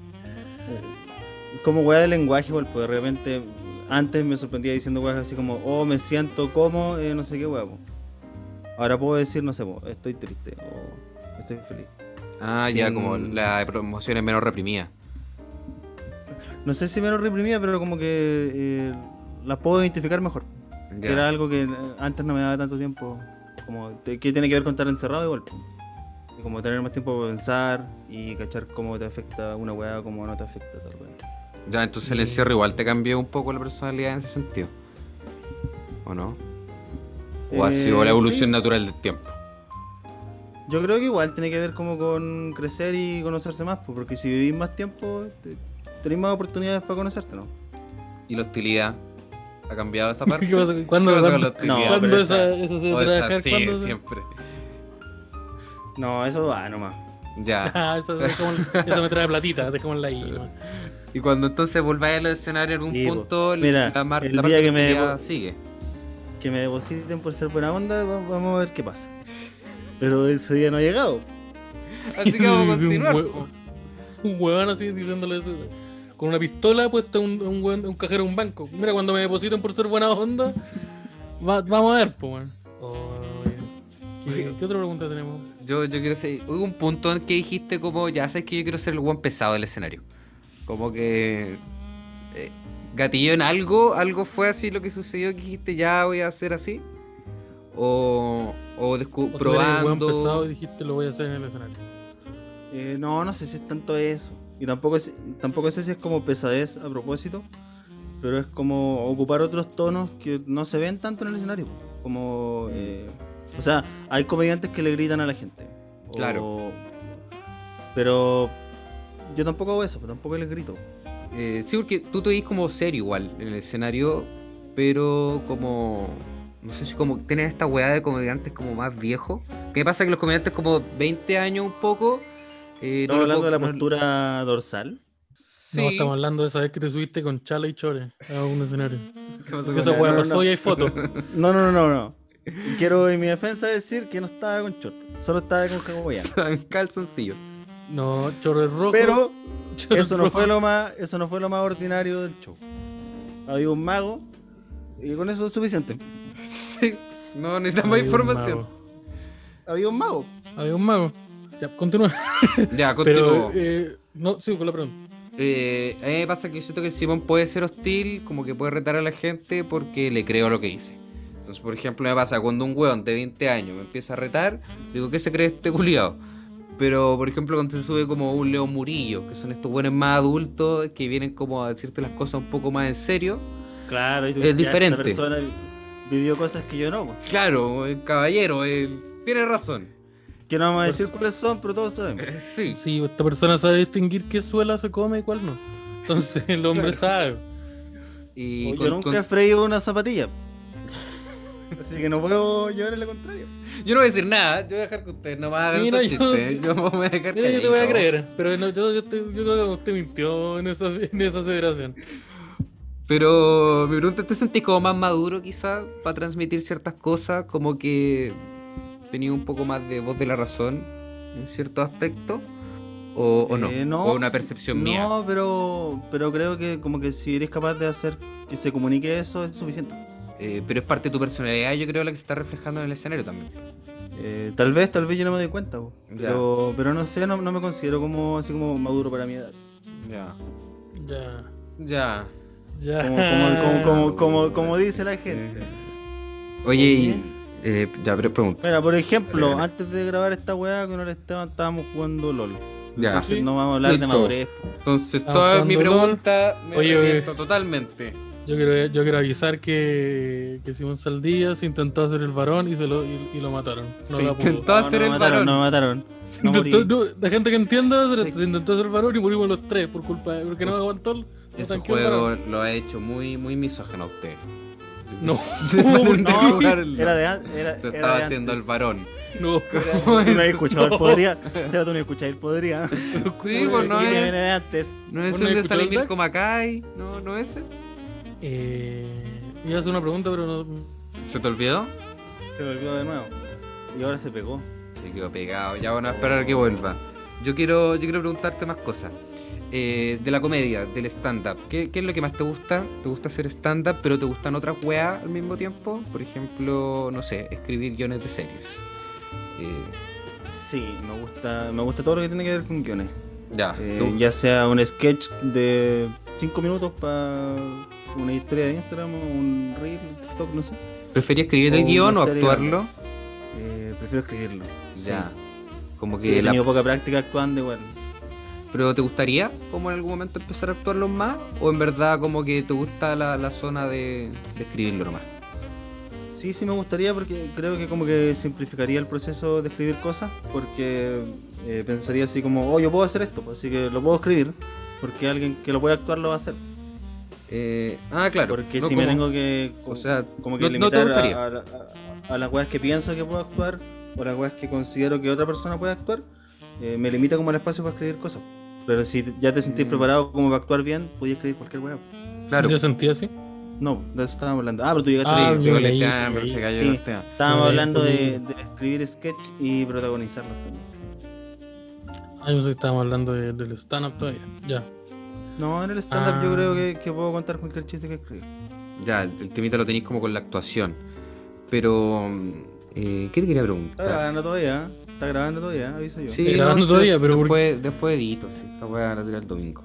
Speaker 2: <laughs>
Speaker 3: como weá de lenguaje, igual, pues de repente antes me sorprendía diciendo weas así como, oh, me siento como, eh, no sé qué huevo. Ahora puedo decir, no sé, po, estoy triste o estoy feliz.
Speaker 1: Ah, ya,
Speaker 3: Sin-
Speaker 1: como la promoción es menos reprimida.
Speaker 3: No sé si me lo reprimía, pero como que eh, la puedo identificar mejor. que
Speaker 1: Ya.
Speaker 3: era algo que eh, antes no me daba tanto tiempo. Como, te- que tiene que ver con estar encerrado igual. po. Y como tener más tiempo para pensar y cachar cómo te afecta una weá, cómo no te afecta tal weá.
Speaker 1: Ya, entonces el encierro igual te cambió un poco la personalidad en ese sentido. ¿O no? ¿O ha
Speaker 3: Eh,
Speaker 1: sido la evolución
Speaker 3: sí.
Speaker 1: natural del tiempo?
Speaker 3: Yo creo que igual tiene que ver como con crecer y conocerse más, po, porque si vivís más tiempo, te- tenés más oportunidades para conocerte, ¿no?
Speaker 1: ¿Y la hostilidad? ¿Ha cambiado
Speaker 2: <laughs>
Speaker 1: esa
Speaker 2: ¿Qué
Speaker 1: parte?
Speaker 2: pasa? ¿Cuándo,
Speaker 1: ¿Qué pasa con
Speaker 2: cuándo,
Speaker 1: la hostilidad?
Speaker 3: No,
Speaker 2: cuándo
Speaker 3: pero
Speaker 2: esa,
Speaker 3: esa-
Speaker 2: eso se
Speaker 1: O
Speaker 2: trabaja?
Speaker 1: esa, sí,
Speaker 2: ¿Cuándo se-
Speaker 1: siempre.
Speaker 3: No, eso va nomás.
Speaker 2: <laughs>
Speaker 1: Ya.
Speaker 2: Ah, eso, dejémoslo- eso me trae platita, dejémosla ahí. man.
Speaker 1: Y cuando entonces volváis al escenario en algún
Speaker 3: Sí, po.
Speaker 1: punto, el-
Speaker 3: Mira,
Speaker 1: la, mar-
Speaker 3: el
Speaker 1: la
Speaker 3: día
Speaker 1: parte
Speaker 3: que me-
Speaker 1: hostilidad
Speaker 2: <laughs>
Speaker 1: sigue.
Speaker 3: Que me depositen por ser buena onda, va- vamos a ver qué pasa. Pero ese día no ha llegado.
Speaker 1: Así que vamos a
Speaker 2: <laughs> Un
Speaker 1: continuar.
Speaker 2: hue-
Speaker 1: po.
Speaker 2: Un huevón así diciéndole eso. con una pistola puesta a un, a un, weón- a un cajero de un banco. Mira, cuando me depositan por ser buena onda, va- vamos a ver, pues, weón. Oye, ¿Qué, qué otra pregunta tenemos?
Speaker 1: Yo, yo quiero ser. Hubo un punto en que dijiste como, ya sabes que yo quiero ser el buen pesado del escenario. Como que. eh, ¿Gatilló en algo? ¿Algo fue así lo que sucedió que dijiste ya voy a hacer así? O. O, descu-
Speaker 2: ¿O tú eres el weón pesado y
Speaker 1: probando.
Speaker 2: dijiste lo voy a hacer en el escenario?
Speaker 3: Eh, no, no sé si es tanto eso. Y tampoco, es- tampoco sé si es como pesadez a propósito, pero es como ocupar otros tonos que no se ven tanto en el escenario.
Speaker 1: Mm.
Speaker 3: Como, eh, o sea, hay comediantes que le gritan a la gente. o-
Speaker 1: Claro.
Speaker 3: Pero yo tampoco hago eso, tampoco les grito.
Speaker 1: Eh, sí, porque tú te veis como serio igual en el escenario, pero como. No sé si como tienes esta weá de comediantes como más viejo. ¿Qué pasa que los comediantes como 20 años un poco. eh,
Speaker 3: Estamos
Speaker 1: no le
Speaker 3: hablando
Speaker 1: puedo-
Speaker 3: de la
Speaker 1: no-
Speaker 3: postura dorsal.
Speaker 1: Sí.
Speaker 2: No, estamos hablando de esa vez que te subiste con chala y chore a un escenario.
Speaker 1: ¿Qué pasó
Speaker 2: Porque
Speaker 1: con
Speaker 2: esa
Speaker 1: la-
Speaker 3: No,
Speaker 2: weá
Speaker 3: no,
Speaker 2: pasó
Speaker 3: no.
Speaker 2: y hay fotos.
Speaker 3: No, no, no, no, no.
Speaker 1: <laughs>
Speaker 3: Quiero en mi defensa decir que no estaba con short, solo estaba con hawaiano.
Speaker 1: en calzoncillos. <laughs>
Speaker 2: No, chorro rojo.
Speaker 3: Pero
Speaker 2: chorro
Speaker 3: eso no
Speaker 2: rojo.
Speaker 3: fue lo más eso no fue lo más ordinario del show había un mago y con eso es suficiente
Speaker 1: Sí, <laughs> no necesitamos
Speaker 2: Había un
Speaker 1: información.
Speaker 2: mago.
Speaker 3: había un mago
Speaker 2: Había un mago. Ya, continúa.
Speaker 1: Ya,
Speaker 2: Pero,
Speaker 1: continúo. Eh,
Speaker 2: eh, no, sí, con la pregunta.
Speaker 1: a mí me pasa que yo siento que Simón puede ser hostil, como que puede retar a la gente porque le creo lo que dice. Entonces, por ejemplo, me pasa cuando un weón de 20 años me empieza a retar, digo, ¿qué se cree este culiado? Pero, por ejemplo, cuando se sube como un Leo Murillo, que son estos buenos más adultos que vienen como a decirte las cosas un poco más en serio.
Speaker 3: claro y tú
Speaker 1: Es
Speaker 3: dices, "Ya,
Speaker 1: diferente.
Speaker 3: esta persona vivió cosas que yo no pues".
Speaker 1: Claro, el caballero, él tiene
Speaker 3: <laughs>
Speaker 1: razón.
Speaker 3: que no vamos a
Speaker 2: Pues-
Speaker 3: decir cuáles son pero todos sabemos
Speaker 1: Eh, Sí,
Speaker 2: Sí, esta persona sabe distinguir qué suela se come y cuál no. Entonces el hombre sabe.
Speaker 1: y
Speaker 3: yo
Speaker 1: con-
Speaker 3: nunca
Speaker 1: con-
Speaker 3: he freído una zapatilla <laughs> así que no puedo llevar en lo contrario
Speaker 1: Yo no voy a decir nada, yo voy a dejar que ustedes nomás hagan
Speaker 2: Mira,
Speaker 1: esos
Speaker 2: yo-
Speaker 1: chistes.
Speaker 2: <laughs>
Speaker 1: ¿eh? Yo me voy a dejar
Speaker 2: Mira, yo te
Speaker 1: calladito.
Speaker 2: voy a creer, pero no, yo, yo te- yo creo que usted mintió en esa, en esa aseveración.
Speaker 1: Pero mi pregunta, ¿te sentís como más maduro quizá para transmitir ciertas cosas? Como que tenía un poco más de voz de la razón en cierto aspecto. ¿O, o no?
Speaker 3: Eh, no,
Speaker 1: ¿O una percepción mía?
Speaker 3: no pero pero creo que como que si eres capaz de hacer que se comunique eso es suficiente
Speaker 1: Eh, pero es parte de tu personalidad, yo creo, la que se está reflejando en el escenario también.
Speaker 3: Eh, tal vez, tal vez yo no me doy cuenta, po.
Speaker 1: Ya.
Speaker 3: pero, pero no sé, no, no me considero como así como maduro para mi edad.
Speaker 1: Ya.
Speaker 2: Ya.
Speaker 1: Ya.
Speaker 2: Ya.
Speaker 3: Como, como, como, como, como-
Speaker 1: Ah,
Speaker 3: como dice la gente.
Speaker 1: Oye, y, eh, ya, pero pregunta.
Speaker 3: Mira, por ejemplo,
Speaker 1: Dale, dale.
Speaker 3: antes de grabar esta weá con el Esteban estábamos jugando LOL.
Speaker 1: Ya.
Speaker 3: Entonces
Speaker 2: Sí.
Speaker 3: no vamos a hablar de
Speaker 1: Listo.
Speaker 3: madurez.
Speaker 1: Entonces,
Speaker 2: Ah,
Speaker 1: toda mi
Speaker 2: cuando no-
Speaker 1: pregunta me
Speaker 2: Oye, oye.
Speaker 1: arrepiento totalmente.
Speaker 2: Yo quiero, yo quiero avisar que, que Simón Saldía se intentó hacer el varón y, se lo, y, y lo mataron. No
Speaker 1: Se
Speaker 2: la pudo.
Speaker 1: intentó hacer
Speaker 3: no,
Speaker 1: el
Speaker 3: me
Speaker 1: varón.
Speaker 3: mataron, no me mataron.
Speaker 1: <laughs>
Speaker 2: Se
Speaker 3: No
Speaker 2: <laughs> intentó-
Speaker 3: morí.
Speaker 2: no, la gente que entienda se,
Speaker 1: Sí.
Speaker 2: se intentó hacer el varón y morimos los tres por culpa de. Porque no aguantó. el- no
Speaker 1: Ese
Speaker 2: tanqueó el
Speaker 1: juego
Speaker 2: varón.
Speaker 1: lo ha hecho muy, muy misógeno a usted.
Speaker 2: No.
Speaker 1: De manera de
Speaker 3: <laughs> No,
Speaker 1: jugarlo.
Speaker 3: Era de an- era-
Speaker 1: Se
Speaker 3: era
Speaker 1: estaba
Speaker 3: de
Speaker 1: haciendo el
Speaker 3: antes.
Speaker 1: varón.
Speaker 2: <laughs> No.
Speaker 1: <laughs>
Speaker 3: Tú no habías escuchado
Speaker 2: No.
Speaker 3: el podría. Seba, tú no escucháis el podría.
Speaker 1: Sí,
Speaker 2: ¿cómo
Speaker 1: pues
Speaker 2: se
Speaker 1: no
Speaker 3: Y viene
Speaker 1: es.
Speaker 3: de antes.
Speaker 1: No es
Speaker 2: ¿Vos no
Speaker 1: el de
Speaker 2: escuchás el
Speaker 1: Salimir
Speaker 2: Dax?
Speaker 1: Comacay. No, no es ese.
Speaker 2: Eh, iba a hacer una pregunta, pero no.
Speaker 1: ¿Se te olvidó?
Speaker 3: Se me olvidó de nuevo. Y ahora se pegó.
Speaker 1: Se quedó pegado. Ya van a esperar a que vuelva. Yo quiero, yo quiero preguntarte más cosas. Eh, de la comedia, del stand-up. ¿Qué, qué es lo que más te gusta? ¿Te gusta hacer stand-up, pero te gustan otras weas al mismo tiempo? Por ejemplo, no sé, escribir guiones de series. Eh,
Speaker 3: Sí, me gusta, me gusta todo lo que tiene que ver con guiones.
Speaker 1: ya.
Speaker 3: Eh,
Speaker 1: ¿te gusta?
Speaker 3: ya sea un sketch de 5 minutos para una historia de Instagram o un reel, TikTok, no sé.
Speaker 1: ¿Prefería escribir el
Speaker 3: O
Speaker 1: guión o
Speaker 3: una serie
Speaker 1: actuarlo?
Speaker 3: Eh, prefiero escribirlo. sí.
Speaker 1: Ya. Como
Speaker 3: Sí,
Speaker 1: que
Speaker 3: he
Speaker 1: la-
Speaker 3: tenido poca práctica actuando igual.
Speaker 1: ¿Pero te gustaría como en algún momento empezar a actuarlo más? ¿O en verdad como que te gusta la, la zona de, de escribirlo nomás?
Speaker 3: Sí, sí me gustaría porque creo que como que simplificaría el proceso de escribir cosas porque eh, pensaría así como, oh, yo puedo hacer esto, pues, así que lo puedo escribir porque alguien que lo pueda actuar lo va a hacer.
Speaker 1: Eh, ah, claro.
Speaker 3: Porque
Speaker 1: no
Speaker 3: si me
Speaker 1: como-
Speaker 3: tengo que...
Speaker 1: O sea, no,
Speaker 3: como que
Speaker 1: no te
Speaker 3: limitar
Speaker 1: gustaría.
Speaker 3: a, a- a- a las weas que pienso que puedo actuar o las weas que considero que otra persona puede actuar, eh, me limita como el espacio para escribir cosas. Pero si te- ya te sentís
Speaker 1: Mm.
Speaker 3: preparado como para actuar bien, podías escribir cualquier wea.
Speaker 1: Claro.
Speaker 2: Yo sentí así.
Speaker 3: No, de eso estábamos hablando. Ah, pero tú llegaste
Speaker 2: Ah,
Speaker 3: a
Speaker 1: Sí,
Speaker 3: eso.
Speaker 1: llegó el
Speaker 2: leí,
Speaker 1: Esteban, pero
Speaker 2: leí.
Speaker 1: se cayó
Speaker 3: Sí.
Speaker 1: el eh, Esteban.
Speaker 3: Estábamos
Speaker 2: Yo
Speaker 3: hablando de,
Speaker 2: leí.
Speaker 3: de escribir sketch y protagonizarlo.
Speaker 2: Ah, yo sé que estábamos hablando de- del stand-up todavía. Ya.
Speaker 3: No, en el stand-up
Speaker 2: Ah.
Speaker 3: yo creo que, que puedo contar cualquier chiste que escriba.
Speaker 1: Ya, el, el temita lo tenéis como con la actuación. Pero, eh, ¿qué te quería
Speaker 3: Está
Speaker 1: preguntar?
Speaker 3: grabando todavía, ¿eh? está grabando todavía, aviso yo.
Speaker 2: Está grabando
Speaker 1: sé,
Speaker 2: todavía, pero ¿por
Speaker 1: después, después edito, sí, esta voy a tirar el domingo.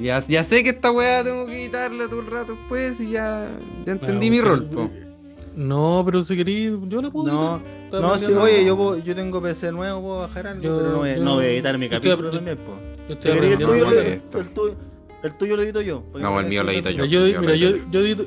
Speaker 1: Ya, ya sé que esta weá tengo que quitarla todo el rato después y ya, ya entendí mi rol. po.
Speaker 2: No, pero si querís, yo la puedo
Speaker 3: No,
Speaker 2: editar. Estaba
Speaker 3: no, sí,
Speaker 2: aprendiendo-
Speaker 3: oye, yo, puedo- yo tengo PC nuevo, puedo bajar algo,
Speaker 2: Yo-
Speaker 3: pero no voy, a-
Speaker 2: yo-
Speaker 3: no voy a editar mi
Speaker 2: yo estoy-
Speaker 3: capítulo
Speaker 2: yo-
Speaker 3: también, po.
Speaker 2: Yo
Speaker 3: Si
Speaker 2: estoy
Speaker 1: Pero
Speaker 3: queréis el
Speaker 1: yo
Speaker 2: aprendiendo
Speaker 1: no voy
Speaker 3: tuyo, lo-
Speaker 1: a
Speaker 2: todavía.
Speaker 1: hacer esto.
Speaker 3: el tuyo- el tuyo lo edito yo. porque
Speaker 1: No, el mío lo edito
Speaker 2: Mira,
Speaker 1: yo
Speaker 2: yo, mira, yo,
Speaker 1: aprendo.
Speaker 2: yo edito...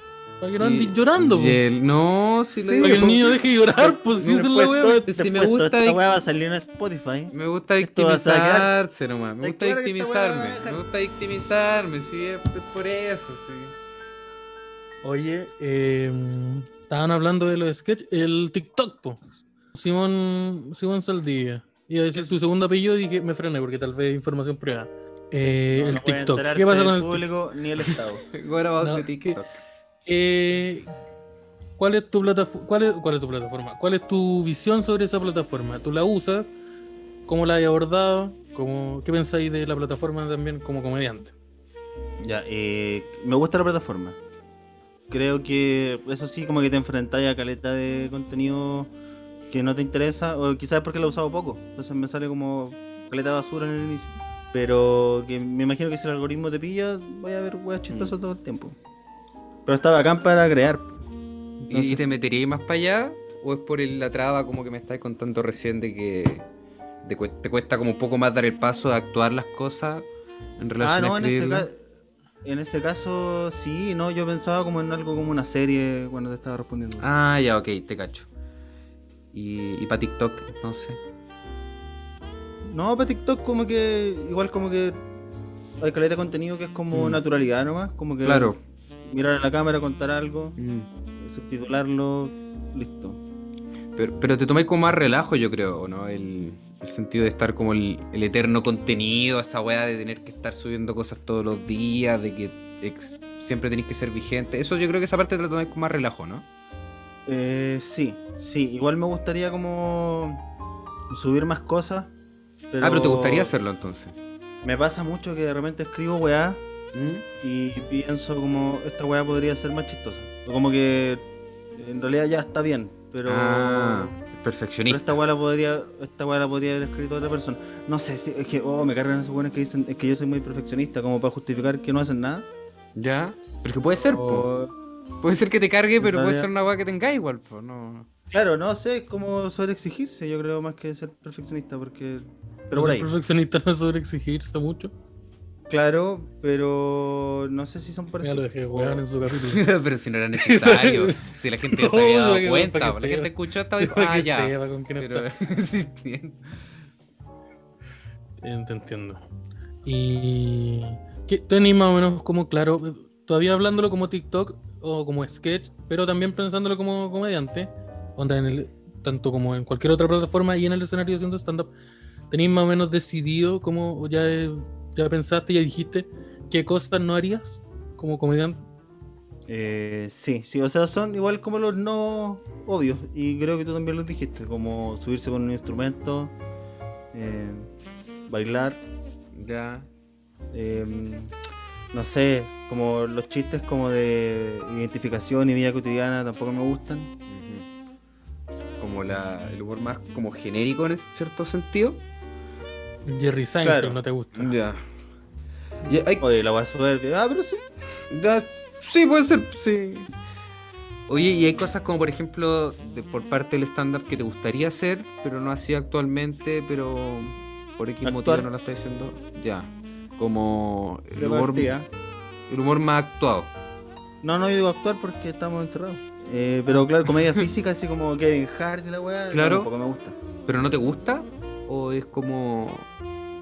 Speaker 2: Para que no
Speaker 1: Y-
Speaker 2: andes llorando,
Speaker 1: y
Speaker 2: pues.
Speaker 1: el- No, si lo
Speaker 3: Sí,
Speaker 2: Para que
Speaker 1: digo.
Speaker 2: el niño deje de llorar, pues si esa es la
Speaker 3: Después todo-
Speaker 2: weá.
Speaker 1: Si
Speaker 3: después
Speaker 1: me
Speaker 3: toda
Speaker 1: gusta
Speaker 3: Esta
Speaker 1: vic-
Speaker 3: weá va a salir en Spotify.
Speaker 1: Me gusta
Speaker 3: Esto va a sacar-
Speaker 1: victimizarse nomás, me
Speaker 3: Ay,
Speaker 1: gusta
Speaker 3: claro que esta weá la van a
Speaker 1: victimizarme,
Speaker 3: dejar.
Speaker 1: me gusta victimizarme, sí, es es por eso, sí. <laughs>
Speaker 2: Oye, eh, estaban hablando de los sketch, el TikTok, po. Simón, Simón Saldivia. Iba a decir tu segundo apellido y dije, me frené porque tal vez información privada. Eh,
Speaker 3: No,
Speaker 2: el
Speaker 3: no puede
Speaker 2: TikTok.
Speaker 3: enterarse
Speaker 2: ¿Qué pasa
Speaker 3: del
Speaker 2: con el TikTok?
Speaker 3: público ni el Estado?
Speaker 1: What about
Speaker 2: No,
Speaker 1: the TikTok?
Speaker 2: Eh, ¿cuál, es tu plataf- cuál, es, cuál es tu plataforma? ¿Cuál es tu visión sobre esa plataforma? ¿Tú la usas? ¿Cómo la has abordado? ¿Cómo, ¿Qué pensáis de la plataforma también como comediante?
Speaker 3: Ya, eh, me gusta la plataforma. Creo que eso sí, como que te enfrentáis a caleta de contenido que no te interesa, o quizás es porque lo he usado poco, entonces me sale como caleta de basura en el inicio. Pero que me imagino que si el algoritmo te pilla, voy a ver weas chistosas todo el tiempo. Pero está bacán para crear.
Speaker 1: ¿Y, y te meterías más para allá? ¿O es por el- la traba como que me estáis contando recién de que te cue- te cuesta como un poco más dar el paso de actuar las cosas en
Speaker 3: Ah,
Speaker 1: relación
Speaker 3: no,
Speaker 1: a
Speaker 3: en ese,
Speaker 1: escribirlas?
Speaker 3: ca- en ese caso sí, no, yo pensaba como en algo como una serie cuando te estaba respondiendo.
Speaker 1: Ah, ya, ok, te cacho. Y, y para TikTok, entonces.
Speaker 3: No, para TikTok como que igual como que hay caleta de contenido que es como
Speaker 1: Mm.
Speaker 3: naturalidad nomás, como que
Speaker 1: Claro.
Speaker 3: mirar a la cámara, contar algo,
Speaker 1: Mm.
Speaker 3: subtitularlo, listo.
Speaker 1: Pero, pero te tomáis como más relajo, yo creo, ¿o ¿no? El, el sentido de estar como el, el eterno contenido, esa weá de tener que estar subiendo cosas todos los días, de que ex- siempre tenéis que ser vigente. Eso yo creo que esa parte te la tomáis con más relajo, ¿no? Ah,
Speaker 3: Eh, sí, sí, igual me gustaría como subir más cosas. Pero
Speaker 1: Ah, pero te gustaría hacerlo entonces.
Speaker 3: Me pasa mucho que de repente escribo weá
Speaker 1: ¿Mm?
Speaker 3: y pienso como esta weá podría ser más chistosa. O como que en realidad ya está bien, pero...
Speaker 1: Ah,
Speaker 3: Pero
Speaker 1: perfeccionista.
Speaker 3: esta weá la podría, esta weá la podría haber escrito otra persona. No sé, sí, es que oh, me cargan esos buenos que dicen es que yo soy muy perfeccionista, como para justificar que no hacen nada.
Speaker 1: ¿Ya? Pero que puede ser, po.
Speaker 3: O-
Speaker 1: Puede ser que te cargue,
Speaker 3: en
Speaker 1: pero puede
Speaker 3: realidad-
Speaker 1: ser una weá que tenga igual, po. No.
Speaker 3: Claro, no sé, es como sobre exigirse, yo creo, más que ser perfeccionista, porque. Pero
Speaker 2: Los
Speaker 3: por ahí.
Speaker 2: perfeccionistas <laughs> no sobre exigirse mucho.
Speaker 3: Claro, pero no sé si
Speaker 2: Ya
Speaker 3: son
Speaker 2: lo
Speaker 3: parecidos.
Speaker 2: dejé weón en
Speaker 1: <laughs>
Speaker 2: su capítulo.
Speaker 1: <laughs> pero si no era necesario. si la gente se había
Speaker 2: No,
Speaker 1: dado
Speaker 2: para que-
Speaker 1: cuenta,
Speaker 2: para que
Speaker 1: po. la
Speaker 2: sepa.
Speaker 1: gente escuchó hasta <laughs> hoy.
Speaker 2: Para
Speaker 1: Ah,
Speaker 2: que
Speaker 1: ya.
Speaker 2: sepa con quién
Speaker 1: Pero,
Speaker 2: está.
Speaker 1: <laughs> sí, entiendo.
Speaker 2: Eh, Te entiendo. Y que tenés más o menos como claro, todavía hablándolo como TikTok o como sketch, pero también pensándolo como comediante, onda en el, tanto como en cualquier otra plataforma y en el escenario haciendo stand-up, tenéis más o menos decidido como ya, eh, ya pensaste, ya dijiste qué cosas no harías como comediante.
Speaker 3: Eh, sí, sí, o sea, son igual como los no obvios, y creo que tú también los dijiste, como subirse con un instrumento, eh, bailar.
Speaker 1: Ya.
Speaker 3: em, no sé, como los chistes como de identificación y vida cotidiana tampoco me gustan.
Speaker 1: Ujú. Como la, el humor más como genérico en cierto sentido.
Speaker 2: Jerry Seinfeld
Speaker 3: Claro.
Speaker 2: no te gusta.
Speaker 1: Ya. Ya, ay,
Speaker 3: Oye, la voy a subir. Ah, pero sí.
Speaker 1: ya, sí, puede ser, sí. Oye, y hay cosas como, por ejemplo, de- por parte del stand-up que te gustaría hacer, pero no así actualmente, pero por X motivo
Speaker 3: Actuar.
Speaker 1: no lo estás haciendo. Ya. Como el
Speaker 3: De
Speaker 1: humor,
Speaker 3: partida.
Speaker 1: el humor más actuado.
Speaker 3: No, no, yo digo actuar porque estamos encerrados. Eh, pero claro, comedia física, así como Kevin Hart y la weá,
Speaker 1: Claro.
Speaker 3: tampoco me gusta.
Speaker 1: ¿Pero no te gusta? ¿O es como.?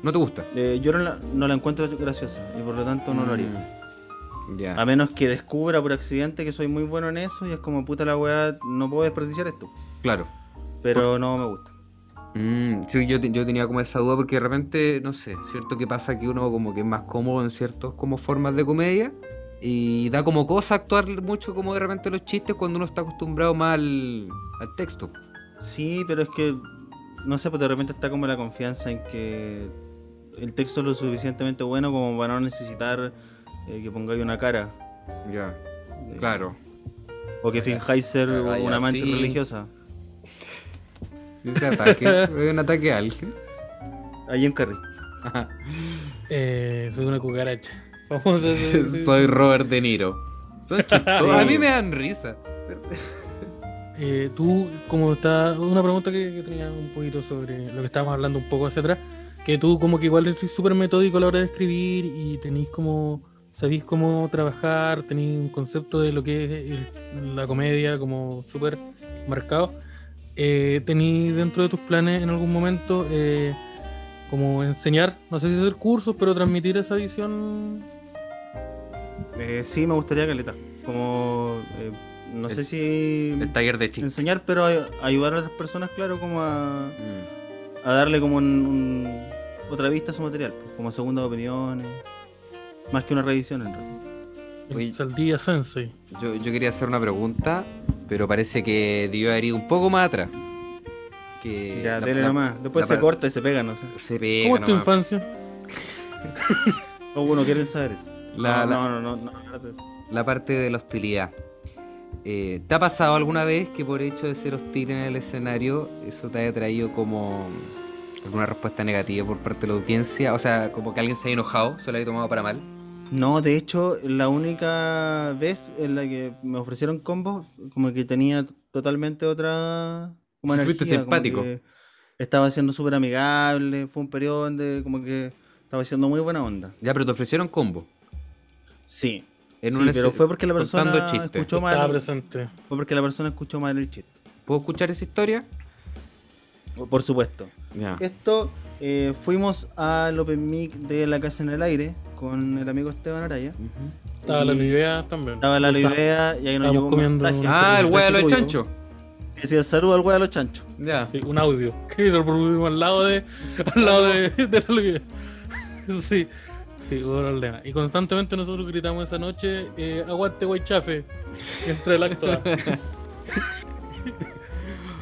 Speaker 1: No te gusta.
Speaker 3: Eh, yo no la, no la encuentro graciosa y por lo tanto no lo haría.
Speaker 1: Mm. Ya.
Speaker 3: A menos que descubra por accidente que soy muy bueno en eso y es como puta la weá, no puedo desperdiciar esto.
Speaker 1: Claro.
Speaker 3: Pero no me gusta.
Speaker 1: Mm, sí, yo, te- yo tenía como esa duda porque de repente, no sé, ¿cierto? Que pasa que uno como que es más cómodo en ciertas como formas de comedia y da como cosa actuar mucho como de repente los chistes cuando uno está acostumbrado más al, al texto.
Speaker 3: Sí, pero es que, no sé, pues de repente está como la confianza en que el texto es lo suficientemente bueno como para no necesitar eh, que pongáis una cara.
Speaker 1: Ya,
Speaker 3: Eh,
Speaker 1: claro.
Speaker 3: O que finjáis ser
Speaker 1: Ah, ya,
Speaker 3: una amante
Speaker 1: sí.
Speaker 3: religiosa.
Speaker 1: Ese ataque,
Speaker 3: <laughs>
Speaker 1: es un ataque a alguien.
Speaker 3: A Jim Carrey.
Speaker 2: Eh, soy una cucaracha. <laughs> Vamos a
Speaker 1: <laughs>
Speaker 2: hacer.
Speaker 1: Soy Robert De Niro. Son chistosos. A mí me dan risa.
Speaker 2: Eh, tú, como está. Una pregunta que, que tenía un poquito sobre lo que estábamos hablando un poco hacia atrás. Que tú, como que igual eres súper metódico a la hora de escribir y tenéis como. Sabéis cómo trabajar, tenéis un concepto de lo que es el- la comedia, como súper marcado. Eh, ¿Tenéis dentro de tus planes en algún momento eh, como enseñar, no sé si hacer cursos, pero transmitir esa visión?
Speaker 3: Eh, sí, me gustaría Caleta. Como, eh, no
Speaker 1: El-
Speaker 3: sé si
Speaker 1: El taller de chistes.
Speaker 3: enseñar, pero ay- ayudar a otras personas, claro, como a,
Speaker 1: Mm.
Speaker 3: a darle como un- un- otra vista a su material, pues, como segundas opiniones. Más que una revisión, en realidad.
Speaker 2: El
Speaker 1: Oye.
Speaker 2: Saldía Sensei.
Speaker 1: Yo, yo quería hacer una pregunta, pero parece que debió haber ido un poco más atrás. Que
Speaker 3: ya,
Speaker 1: Eh, la-
Speaker 3: dele
Speaker 1: la-
Speaker 3: nomás. Después
Speaker 1: la
Speaker 3: se
Speaker 1: pa-
Speaker 3: corta y se pega, no sé.
Speaker 1: Se pega
Speaker 2: ¿Cómo es tu
Speaker 1: nomás.
Speaker 2: infancia?
Speaker 3: O Oh, bueno, quieren saber eso.
Speaker 1: La-
Speaker 3: no,
Speaker 1: la-
Speaker 3: no, no, no, no, no, no.
Speaker 1: la parte de la hostilidad. Eh, ¿Te ha pasado alguna vez que por hecho de ser hostil en el escenario, eso te haya traído como alguna respuesta negativa por parte de la audiencia? O sea, como que alguien se haya enojado, se lo haya tomado para mal.
Speaker 3: No, de hecho, la única vez en la que me ofrecieron combos, como que tenía totalmente otra como
Speaker 1: Fuiste
Speaker 3: energía, como
Speaker 1: simpático.
Speaker 3: que estaba siendo súper amigable, fue un periodo donde como que estaba siendo muy buena onda.
Speaker 1: Ya, pero te ofrecieron combo.
Speaker 3: Sí.
Speaker 1: En
Speaker 3: sí,
Speaker 1: un
Speaker 3: pero
Speaker 1: ese-
Speaker 3: fue porque la
Speaker 1: contando
Speaker 3: persona
Speaker 1: chistes.
Speaker 3: escuchó
Speaker 2: Estaba
Speaker 3: mal,
Speaker 2: presente.
Speaker 3: fue porque la persona escuchó mal el chiste.
Speaker 1: ¿Puedo escuchar esa historia?
Speaker 3: Por supuesto.
Speaker 1: Ya.
Speaker 3: Esto eh, fuimos al Open Mic de la Casa en el Aire con el amigo Esteban Araya.
Speaker 1: Ujú.
Speaker 2: Estaba la
Speaker 3: Y-
Speaker 2: idea también.
Speaker 3: Estaba la idea y ahí nos
Speaker 2: Estábamos
Speaker 3: llegó un
Speaker 2: comiendo
Speaker 3: mensaje.
Speaker 2: una-
Speaker 1: Ah, el
Speaker 3: mensaje
Speaker 1: hueá de los
Speaker 3: tuyo.
Speaker 1: chanchos.
Speaker 3: Decía, saludo al hueá de los chanchos.
Speaker 1: Ya.
Speaker 2: Sí, un audio. Que lo reproducimos al lado de. Al lado
Speaker 1: <laughs>
Speaker 2: de, de la idea. Sí, sí, hubo problema. Y constantemente nosotros gritamos esa noche, eh, aguante guaychafe. Entre el acto.
Speaker 1: <laughs>
Speaker 2: A.
Speaker 3: Y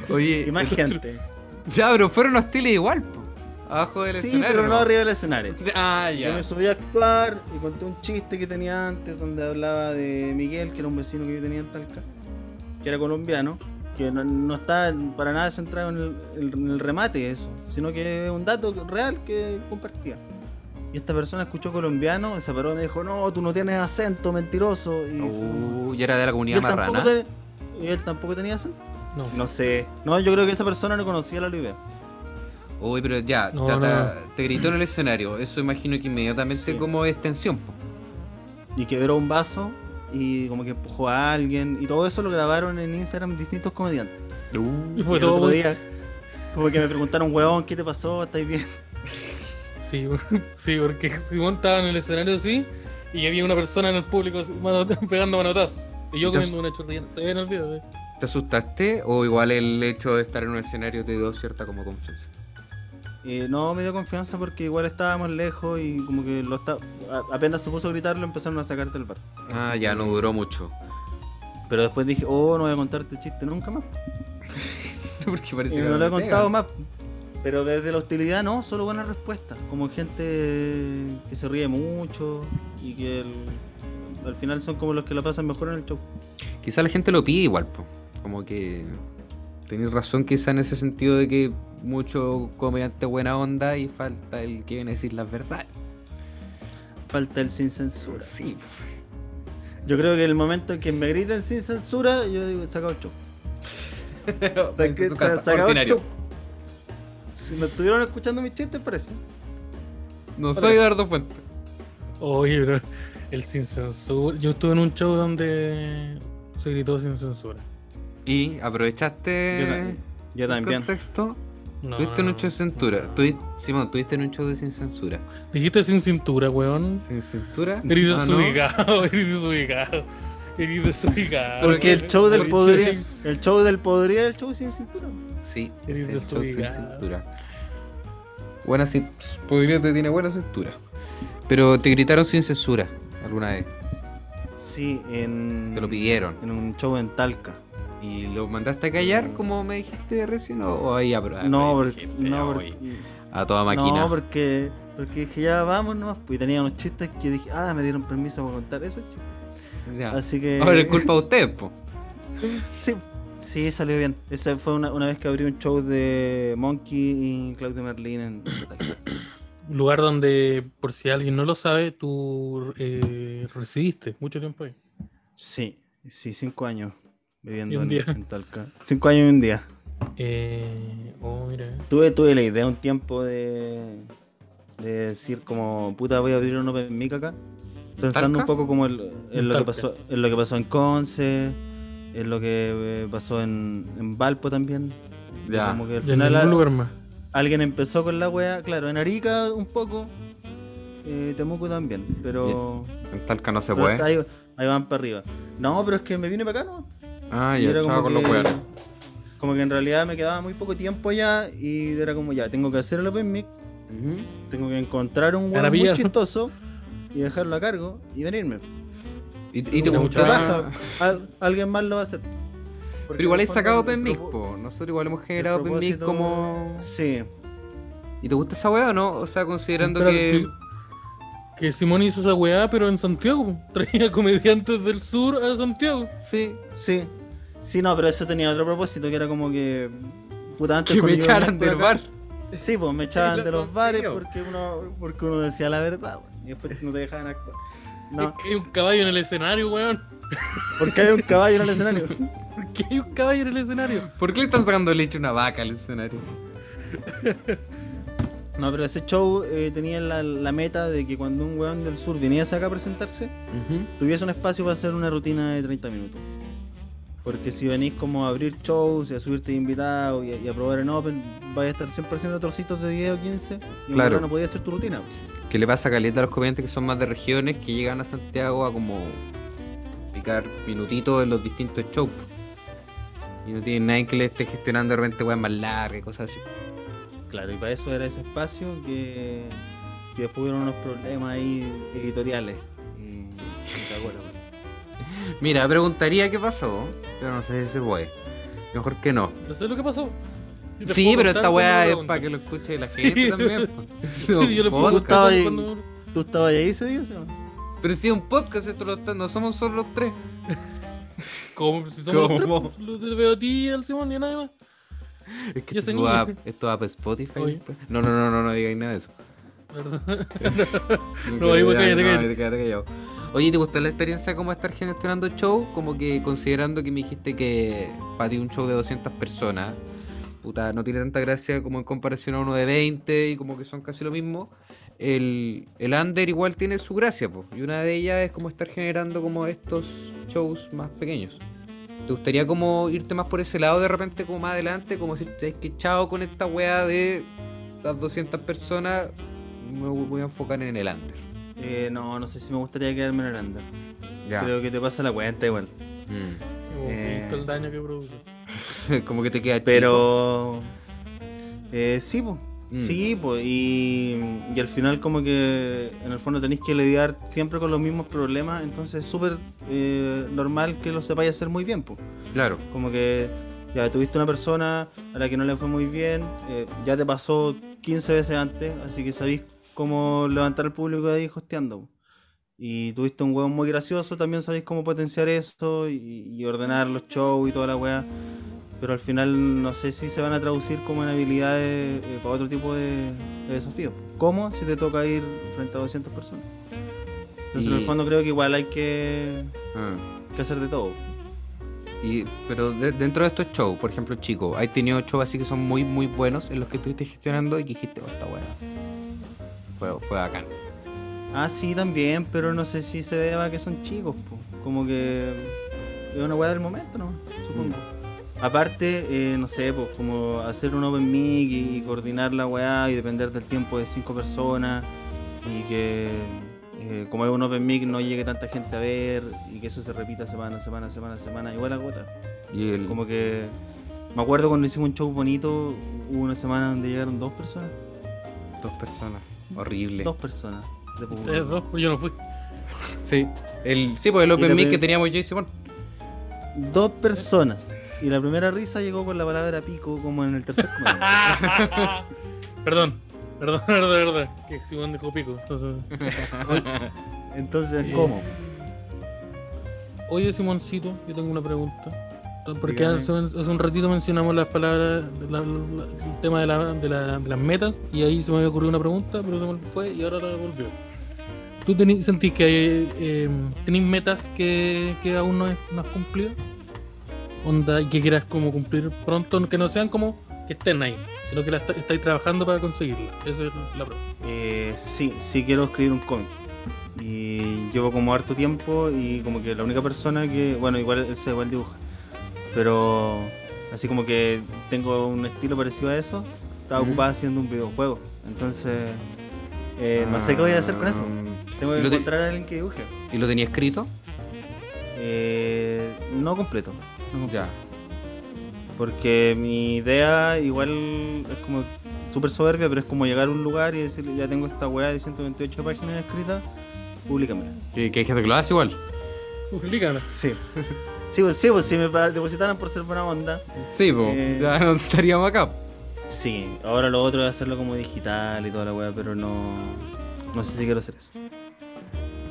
Speaker 1: Oye,
Speaker 3: más gente.
Speaker 1: ya, pero fueron hostiles igual, po. Abajo del
Speaker 3: Sí,
Speaker 1: escenario.
Speaker 3: pero no
Speaker 1: ¿no?
Speaker 3: arriba del escenario.
Speaker 1: Ah,
Speaker 3: Yo
Speaker 1: ya.
Speaker 3: me subí a actuar y conté un chiste que tenía antes donde hablaba de Miguel, que era un vecino que yo tenía en Talca, que era colombiano, que no, no está para nada centrado en el, el- en el remate eso, sino que es un dato real que compartía. Y esta persona escuchó colombiano, se paró y me dijo, no, tú no tienes acento, mentiroso. Y,
Speaker 1: Uh, y era de la
Speaker 3: y
Speaker 1: comunidad
Speaker 3: él, tampoco
Speaker 1: marrana.
Speaker 3: te- y él tampoco tenía acento.
Speaker 2: No,
Speaker 3: No sé. No, yo creo que esa persona no conocía la Oliver.
Speaker 1: Uy, pero ya,
Speaker 2: No,
Speaker 1: ta-
Speaker 2: no,
Speaker 1: ta- te gritó en el escenario. Eso imagino que inmediatamente
Speaker 3: Sí.
Speaker 1: como es tensión. po.
Speaker 3: y quebró un vaso y como que empujó a alguien y todo eso lo grabaron en Instagram distintos comediantes.
Speaker 2: y
Speaker 3: Y
Speaker 2: fue
Speaker 3: el otro
Speaker 2: todo.
Speaker 3: día, como que me preguntaron, huevón, ¿qué te pasó? ¿Estáis bien?
Speaker 2: Sí, <laughs> sí, porque Simón estaba en el escenario así y había una persona en el público así, manota- <laughs> pegando manotazos. Y yo
Speaker 1: Entonces-
Speaker 2: comiendo una chorrilla. Se ve en el video, eh.
Speaker 1: ¿Te asustaste o igual el hecho de estar en un escenario te dio cierta como confianza?
Speaker 3: Eh, no, me dio confianza porque igual estábamos lejos y como que lo está... a- apenas se puso a gritarlo empezaron a sacarte el bar.
Speaker 1: Ah, ya, no duró mucho. <laughs>
Speaker 3: Pero después dije, oh, no voy a contarte chiste nunca más.
Speaker 1: Porque parece
Speaker 3: Y
Speaker 1: que
Speaker 3: no lo
Speaker 1: me
Speaker 3: he contado
Speaker 1: pegan.
Speaker 3: más. Pero desde la hostilidad no, solo buenas respuestas. Como gente que se ríe mucho y que el- al final son como los que la pasan mejor en el show.
Speaker 1: Quizá la gente lo pide igual, po. Como que tenés razón quizá en ese sentido de que mucho comediante buena onda y falta el que viene a decir las verdades.
Speaker 3: Falta el sin censura.
Speaker 1: Sí, po. <laughs>
Speaker 3: Yo creo que el momento en que me griten sin censura, yo digo, se acabó el show.
Speaker 1: Váyanse a
Speaker 3: que-
Speaker 1: su
Speaker 3: se-
Speaker 1: casa,
Speaker 3: se acabó el
Speaker 1: ordinario.
Speaker 3: show. Si no estuvieron escuchando mis chistes, parece.
Speaker 1: No soy Eduardo Fuente.
Speaker 2: Oye, pero el sin censura. Yo estuve en un show donde se gritó sin censura.
Speaker 1: Y
Speaker 3: Yo, ta-
Speaker 1: aprovechaste
Speaker 3: yo
Speaker 1: el
Speaker 3: también.
Speaker 1: Eh, contexto.
Speaker 2: No,
Speaker 1: Tuviste
Speaker 2: no,
Speaker 1: un show de
Speaker 2: no,
Speaker 1: censura.
Speaker 2: no, no.
Speaker 1: Tuvi- Simón, tuviste en un show de sin censura.
Speaker 2: Dijiste sin cintura, weón.
Speaker 1: ¿Sin censura?
Speaker 2: Eres
Speaker 1: Ah, ¿no?
Speaker 2: desubicado, eres desubicado. Eres desubicado.
Speaker 3: Porque el show del
Speaker 2: Eres-
Speaker 3: podría, el show del podría, el show sin cintura.
Speaker 1: Sí,
Speaker 2: Eres
Speaker 1: es el show sin
Speaker 2: desubicado.
Speaker 1: cintura. Buena cin- podría te tiene buena cintura. Pero te gritaron sin censura alguna vez.
Speaker 3: Sí, en
Speaker 1: Te lo pidieron.
Speaker 3: en un show en Talca.
Speaker 1: ¿Y lo mandaste a callar como me dijiste recién? ¿O o ahí a prueba?
Speaker 3: Mm. no,
Speaker 1: Me
Speaker 3: porque,
Speaker 1: dijiste,
Speaker 3: no,
Speaker 1: "Ay,
Speaker 3: porque,
Speaker 1: A toda máquina.
Speaker 3: no, porque porque dije ya vamos nomás, pues, y tenía unos chistes que dije, ah, me dieron permiso para contar esos chistes.
Speaker 1: Ya.
Speaker 3: Así que
Speaker 1: Ahora es culpa de usted, po.
Speaker 3: sí, sí salió bien. Esa fue una, una vez que abrí un show de Monkey y Claudio Merlin en Talca.
Speaker 2: Lugar donde, por si alguien no lo sabe, tú eh, residiste mucho tiempo ahí.
Speaker 3: Sí, sí, cinco años
Speaker 2: Y
Speaker 3: viviendo
Speaker 2: un
Speaker 3: en,
Speaker 2: día.
Speaker 3: en Talca. Cinco años y un día.
Speaker 2: Eh, oh, mira.
Speaker 3: Tuve, tuve la idea un tiempo de, de decir como, puta, voy a abrir un Open Mic acá.
Speaker 1: Talca?
Speaker 3: Pensando un poco como el- en,
Speaker 2: En
Speaker 3: lo que
Speaker 2: Talca.
Speaker 3: pasó, en lo que pasó en Conce, en lo que eh, pasó en, en Valpo también.
Speaker 1: Ya.
Speaker 3: Como que al
Speaker 2: Y en
Speaker 3: final
Speaker 2: algún
Speaker 3: al-
Speaker 2: lugar más.
Speaker 3: alguien empezó con la wea, claro, en Arica un poco, eh, Temuco también, pero,
Speaker 1: En Talca no se
Speaker 3: pero
Speaker 1: puede.
Speaker 3: está ahí, ahí van para arriba. No, pero es que me vine para acá, ¿no?
Speaker 1: Ah,
Speaker 3: Y
Speaker 1: ya,
Speaker 3: era
Speaker 1: chao con los
Speaker 3: que-
Speaker 1: weones.
Speaker 3: Como que en realidad me quedaba muy poco tiempo allá y era como ya, tengo que hacer el Open Mic,
Speaker 1: Ujú.
Speaker 3: tengo que encontrar un
Speaker 2: Van a
Speaker 3: weón muy
Speaker 2: pillar.
Speaker 3: chistoso y dejarlo a cargo y venirme.
Speaker 1: ¿Y, y te
Speaker 2: Una
Speaker 3: Mucha
Speaker 1: gustaba?
Speaker 3: paja, al- alguien más lo va a hacer.
Speaker 1: Pero igual hay sacado Open Mic,
Speaker 3: po.
Speaker 1: po. Nosotros igual hemos generado Open Mic
Speaker 3: propósito-
Speaker 1: como.
Speaker 3: Sí,
Speaker 1: ¿Y te gusta esa weá o no? O sea, considerando
Speaker 2: Espera,
Speaker 1: que.
Speaker 2: tú- que Simón hizo esa weá, pero en Santiago. <laughs> Traía comediantes del sur a Santiago.
Speaker 1: Sí.
Speaker 3: sí. Sí, no, pero eso tenía otro propósito que era como que. Puta, antes
Speaker 1: Que me
Speaker 3: cuando yo venía
Speaker 1: echaran
Speaker 3: por
Speaker 1: del
Speaker 3: acá-
Speaker 1: bar.
Speaker 3: Sí, pues me echaban
Speaker 1: Lo
Speaker 3: de los bares
Speaker 1: consiguió.
Speaker 3: porque uno, porque uno decía la verdad, weón, y después no te dejaban actuar.
Speaker 2: Es
Speaker 3: No,
Speaker 1: <laughs>
Speaker 2: que hay un caballo en el escenario, weón. <laughs>
Speaker 3: porque hay un caballo en el escenario.
Speaker 2: ¿Por qué hay un caballo en el escenario?
Speaker 1: ¿Por qué le están sacando leche a una vaca al escenario?
Speaker 3: No, pero ese show eh, tenía la, la meta de que cuando un weón del sur viniese acá a presentarse, tuviese un espacio para hacer una rutina de 30 minutos. Porque si venís como a abrir shows y a subirte de invitado y a, y a probar en Open, vais a estar siempre haciendo trocitos de 10 o 15 y
Speaker 1: Claro.
Speaker 3: claro. no podía hacer tu rutina.
Speaker 1: ¿Qué le pasa a caleta a los comediantes que son más de regiones que llegan a Santiago a como picar minutitos en los distintos shows? po? Y no tienen nadie que le esté gestionando de repente weas más largas y cosas así.
Speaker 3: Claro, y para eso era ese espacio que, que después hubieron unos problemas ahí editoriales. Y, y cagó la wea.
Speaker 1: Mira, preguntaría qué pasó, pero no sé si se puede. Mejor que no.
Speaker 2: No sé lo que pasó. Yo te
Speaker 1: Sí,
Speaker 2: puedo
Speaker 1: pero
Speaker 2: contar
Speaker 1: esta
Speaker 2: cuando
Speaker 1: weá
Speaker 2: me
Speaker 1: es
Speaker 2: pregunten.
Speaker 1: para que lo escuche la gente también. <laughs> po.
Speaker 2: <laughs> Sí, yo le puedo
Speaker 1: Podcast.
Speaker 2: contar
Speaker 3: Estaba
Speaker 2: cuando-
Speaker 3: ¿Tú estabas ahí ese día? Seba?
Speaker 1: Pero si es un podcast, esto lo está- no somos solo los tres.
Speaker 2: Como si somos
Speaker 1: ¿Cómo?
Speaker 2: los tres, pues, lo- te veo a ti, al Simón y a nadie más.
Speaker 1: Es que
Speaker 2: Yo
Speaker 1: esto
Speaker 2: soy
Speaker 1: va,
Speaker 2: niño.
Speaker 1: esto va para Spotify.
Speaker 2: Oye.
Speaker 1: después. No, no, no, no, no digáis nada de eso.
Speaker 2: <laughs> ¿Verdad?
Speaker 1: Ya,
Speaker 2: ahí voy, cállate,
Speaker 1: no,
Speaker 2: cállate.
Speaker 1: ahí cállate, callado. Oye, ¿te gustó la experiencia de cómo estar gestionando show? Como que considerando que me dijiste que para ti un show de 200 personas, puta, no tiene tanta gracia como en comparación a uno de 20 y como que son casi lo mismo. El, el under igual tiene su gracia, po, y una de ellas es como estar generando como estos shows más pequeños. ¿Te gustaría como irte más por ese lado de repente, como más adelante, como decir, "Sabes que chao con esta weá de las 200 personas, me voy a enfocar en el under?
Speaker 3: Eh, no, no sé si me gustaría quedarme en Holanda.
Speaker 1: Ya.
Speaker 3: Creo que te pasa la cuenta igual.
Speaker 1: Mm. <laughs>
Speaker 2: Como
Speaker 3: Eh.
Speaker 2: visto el daño que produce.
Speaker 1: como que te queda chico.
Speaker 3: Pero. Eh, sí, pues.
Speaker 1: Mm.
Speaker 3: Sí, pues. Y, y al final, como que en el fondo tenéis que lidiar siempre con los mismos problemas. Entonces, es súper eh, normal que lo sepáis hacer muy bien, pues.
Speaker 1: Claro.
Speaker 3: Como que ya tuviste una persona a la que no le fue muy bien, eh, ya te pasó 15 veces antes, así que sabís cómo levantar al público de ahí hosteando. po. Y tuviste un hueón muy gracioso, también sabéis cómo potenciar eso y, y ordenar los shows y toda la weá. Pero al final no sé si se van a traducir como en habilidades eh, para otro tipo de, de desafíos. ¿Cómo si te toca ir frente a 200 personas? Entonces en
Speaker 1: Y-
Speaker 3: el fondo creo que igual hay que,
Speaker 1: Ah.
Speaker 3: que hacer de todo.
Speaker 1: Y, pero de- dentro de estos shows, por ejemplo, chicos, ¿hay tenido shows así que son muy, muy buenos en los que estuviste gestionando y que dijiste, oh, está bueno? Fue, fue bacán.
Speaker 3: Ah, sí, también, pero no sé si se deba a que son chicos, po. como que es una weá del momento, ¿no? Supongo. Aparte, eh, no sé, pues como hacer un open mic y, y coordinar la weá y depender del tiempo de cinco personas y que eh, como es un open mic, no llegue tanta gente a ver y que eso se repita semana, semana, semana, semana, igual agota.
Speaker 1: Y el-
Speaker 3: Como que me acuerdo cuando hicimos un show bonito, hubo una semana donde llegaron dos personas.
Speaker 1: dos personas. Horrible.
Speaker 3: Dos personas de Pucurú.
Speaker 2: Ustedes dos, yo Eh, no fui. <laughs>
Speaker 1: Sí. El, sí, pues el
Speaker 3: Y la
Speaker 1: Open Mic
Speaker 3: pe-
Speaker 1: que teníamos yo y Simón.
Speaker 3: Dos personas. Y la primera risa llegó con la palabra pico como en el
Speaker 1: <laughs>
Speaker 3: tercer comentario.
Speaker 2: perdón, perdón, <laughs> perdón, perdón. Que Simón dejó pico. Entonces...
Speaker 3: Entonces,
Speaker 2: Sí.
Speaker 3: ¿cómo?
Speaker 2: Oye, Simoncito, yo tengo una pregunta. Porque
Speaker 3: Dígame.
Speaker 2: hace, hace un ratito mencionamos las palabras, la- la- el tema de, la- de la- de las metas, y ahí se me había ocurrido una pregunta, pero se me fue y ahora la volvió. ¿Tú tení- sentís que hay, eh, tenés metas que, que aún no, es- no has cumplido? Onda, y que quieras como cumplir pronto, que no sean como que estén ahí, sino que las está- estáis trabajando para conseguirlas. Esa es la pregunta.
Speaker 3: Eh, sí, sí quiero escribir un cómic. Y llevo como harto tiempo y como que la única persona que, bueno, igual él se igual dibuja. Pero así como que tengo un estilo parecido a eso, estaba
Speaker 1: Ujú.
Speaker 3: ocupada haciendo un videojuego. Entonces, eh, no sé qué voy a hacer con eso.
Speaker 1: Ah,
Speaker 3: Tengo que
Speaker 1: ¿y lo te-
Speaker 3: encontrar a alguien que dibuje.
Speaker 1: ¿Y lo tenía escrito?
Speaker 3: Eh, no completo. no completo.
Speaker 1: Ya.
Speaker 3: Porque mi idea igual es como súper soberbia, pero es como llegar a un lugar y decirle, ya tengo esta weá de 128 páginas escritas, públicamela.
Speaker 1: ¿Y que hay gente que lo hace igual?
Speaker 2: Publicala.
Speaker 3: Sí. Sí, pues, sí, pues si me pa- depositaran por ser buena onda.
Speaker 1: Sí, pues.
Speaker 3: Eh.
Speaker 1: Ya <laughs> no estaríamos acá.
Speaker 3: Sí, ahora lo otro es hacerlo como digital y toda la weá, pero no. No sé si quiero hacer eso.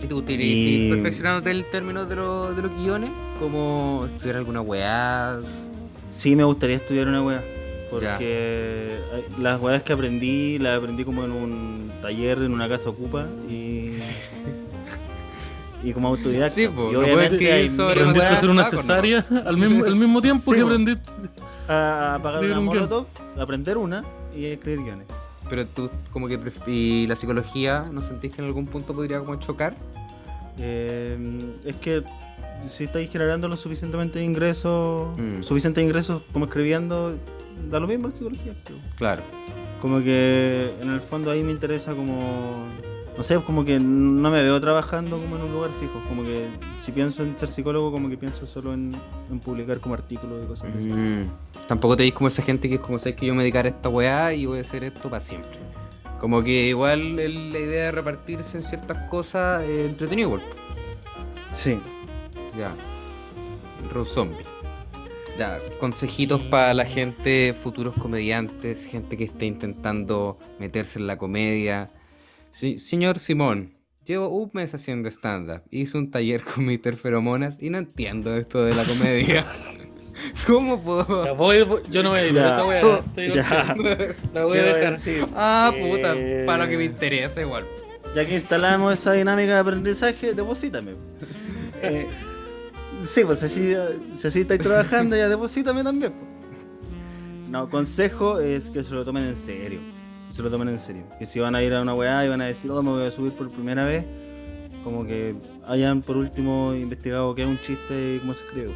Speaker 1: ¿Y tú tienes
Speaker 3: Y-
Speaker 1: perfeccionándote el término de, lo- de los guiones? ¿Como estudiar alguna weá?
Speaker 3: Sí, me gustaría estudiar una weá. Porque ay, las weas que aprendí, las aprendí como en un taller, en una casa ocupa y. Y como autodidacta.
Speaker 1: Sí, po,
Speaker 3: Y
Speaker 1: no puedes
Speaker 3: obviamente
Speaker 1: escribir
Speaker 3: hay
Speaker 1: sobre
Speaker 3: mil
Speaker 1: Pero
Speaker 2: ¿Aprendiste a
Speaker 1: weá,
Speaker 3: weas
Speaker 2: hacer una
Speaker 1: ah, con-
Speaker 2: cesárea al mismo, al mismo tiempo
Speaker 3: Sí,
Speaker 2: que
Speaker 3: bo.
Speaker 2: aprendiste?
Speaker 3: a apagar
Speaker 2: Escribir
Speaker 3: una
Speaker 2: un guión.
Speaker 3: molotov, aprender una y escribir guiones.
Speaker 1: Pero tú, como que. pref- ¿Y la psicología? ¿No sentís que en algún punto podría como chocar?
Speaker 3: Eh, es que si estáis generando lo suficientemente de ingresos,
Speaker 1: Mm.
Speaker 3: suficientes ingresos como escribiendo, da lo mismo la psicología. creo.
Speaker 1: Claro.
Speaker 3: Como que en el fondo ahí me interesa como, no sé, como que no me veo trabajando como en un lugar fijo. Como que si pienso en ser psicólogo, como que pienso solo en, en publicar como artículos y cosas así.
Speaker 1: Mm. Tampoco te dis como esa gente que es como, sabes que yo me dedicaré a esta weá y voy a hacer esto para siempre. Como que igual el- la idea de repartirse en ciertas cosas eh, entretenido igual.
Speaker 3: Sí.
Speaker 1: Ya. Rob Zombie. Ya, consejitos para la gente, futuros comediantes, gente que esté intentando meterse en la comedia. Sí, señor Simón, llevo un mes haciendo stand-up. Hice un taller con Mr. Feromonas y no entiendo esto de la comedia. <laughs> ¿Cómo
Speaker 2: Ya,
Speaker 1: puedo?
Speaker 2: voy- voy- yo no voy a ir a
Speaker 3: Ya.
Speaker 2: esa weá. estoy
Speaker 3: <laughs> Ya.
Speaker 2: golpeando.
Speaker 1: <laughs>
Speaker 2: La voy a
Speaker 3: Quiero
Speaker 2: dejar.
Speaker 3: decir Eh,
Speaker 1: Ah,
Speaker 3: que-
Speaker 1: puta, para lo que me interesa igual.
Speaker 3: Ya que instalamos esa dinámica de aprendizaje, deposítame. Eh, sí, pues así, si así estáis trabajando, ya deposítame también. pues. No, consejo es que se lo tomen en serio. que Se lo tomen en serio. Que si van a ir a una weá y van a decir, oh, me voy a subir por primera vez, como que hayan por último investigado qué es un chiste y cómo se escribe.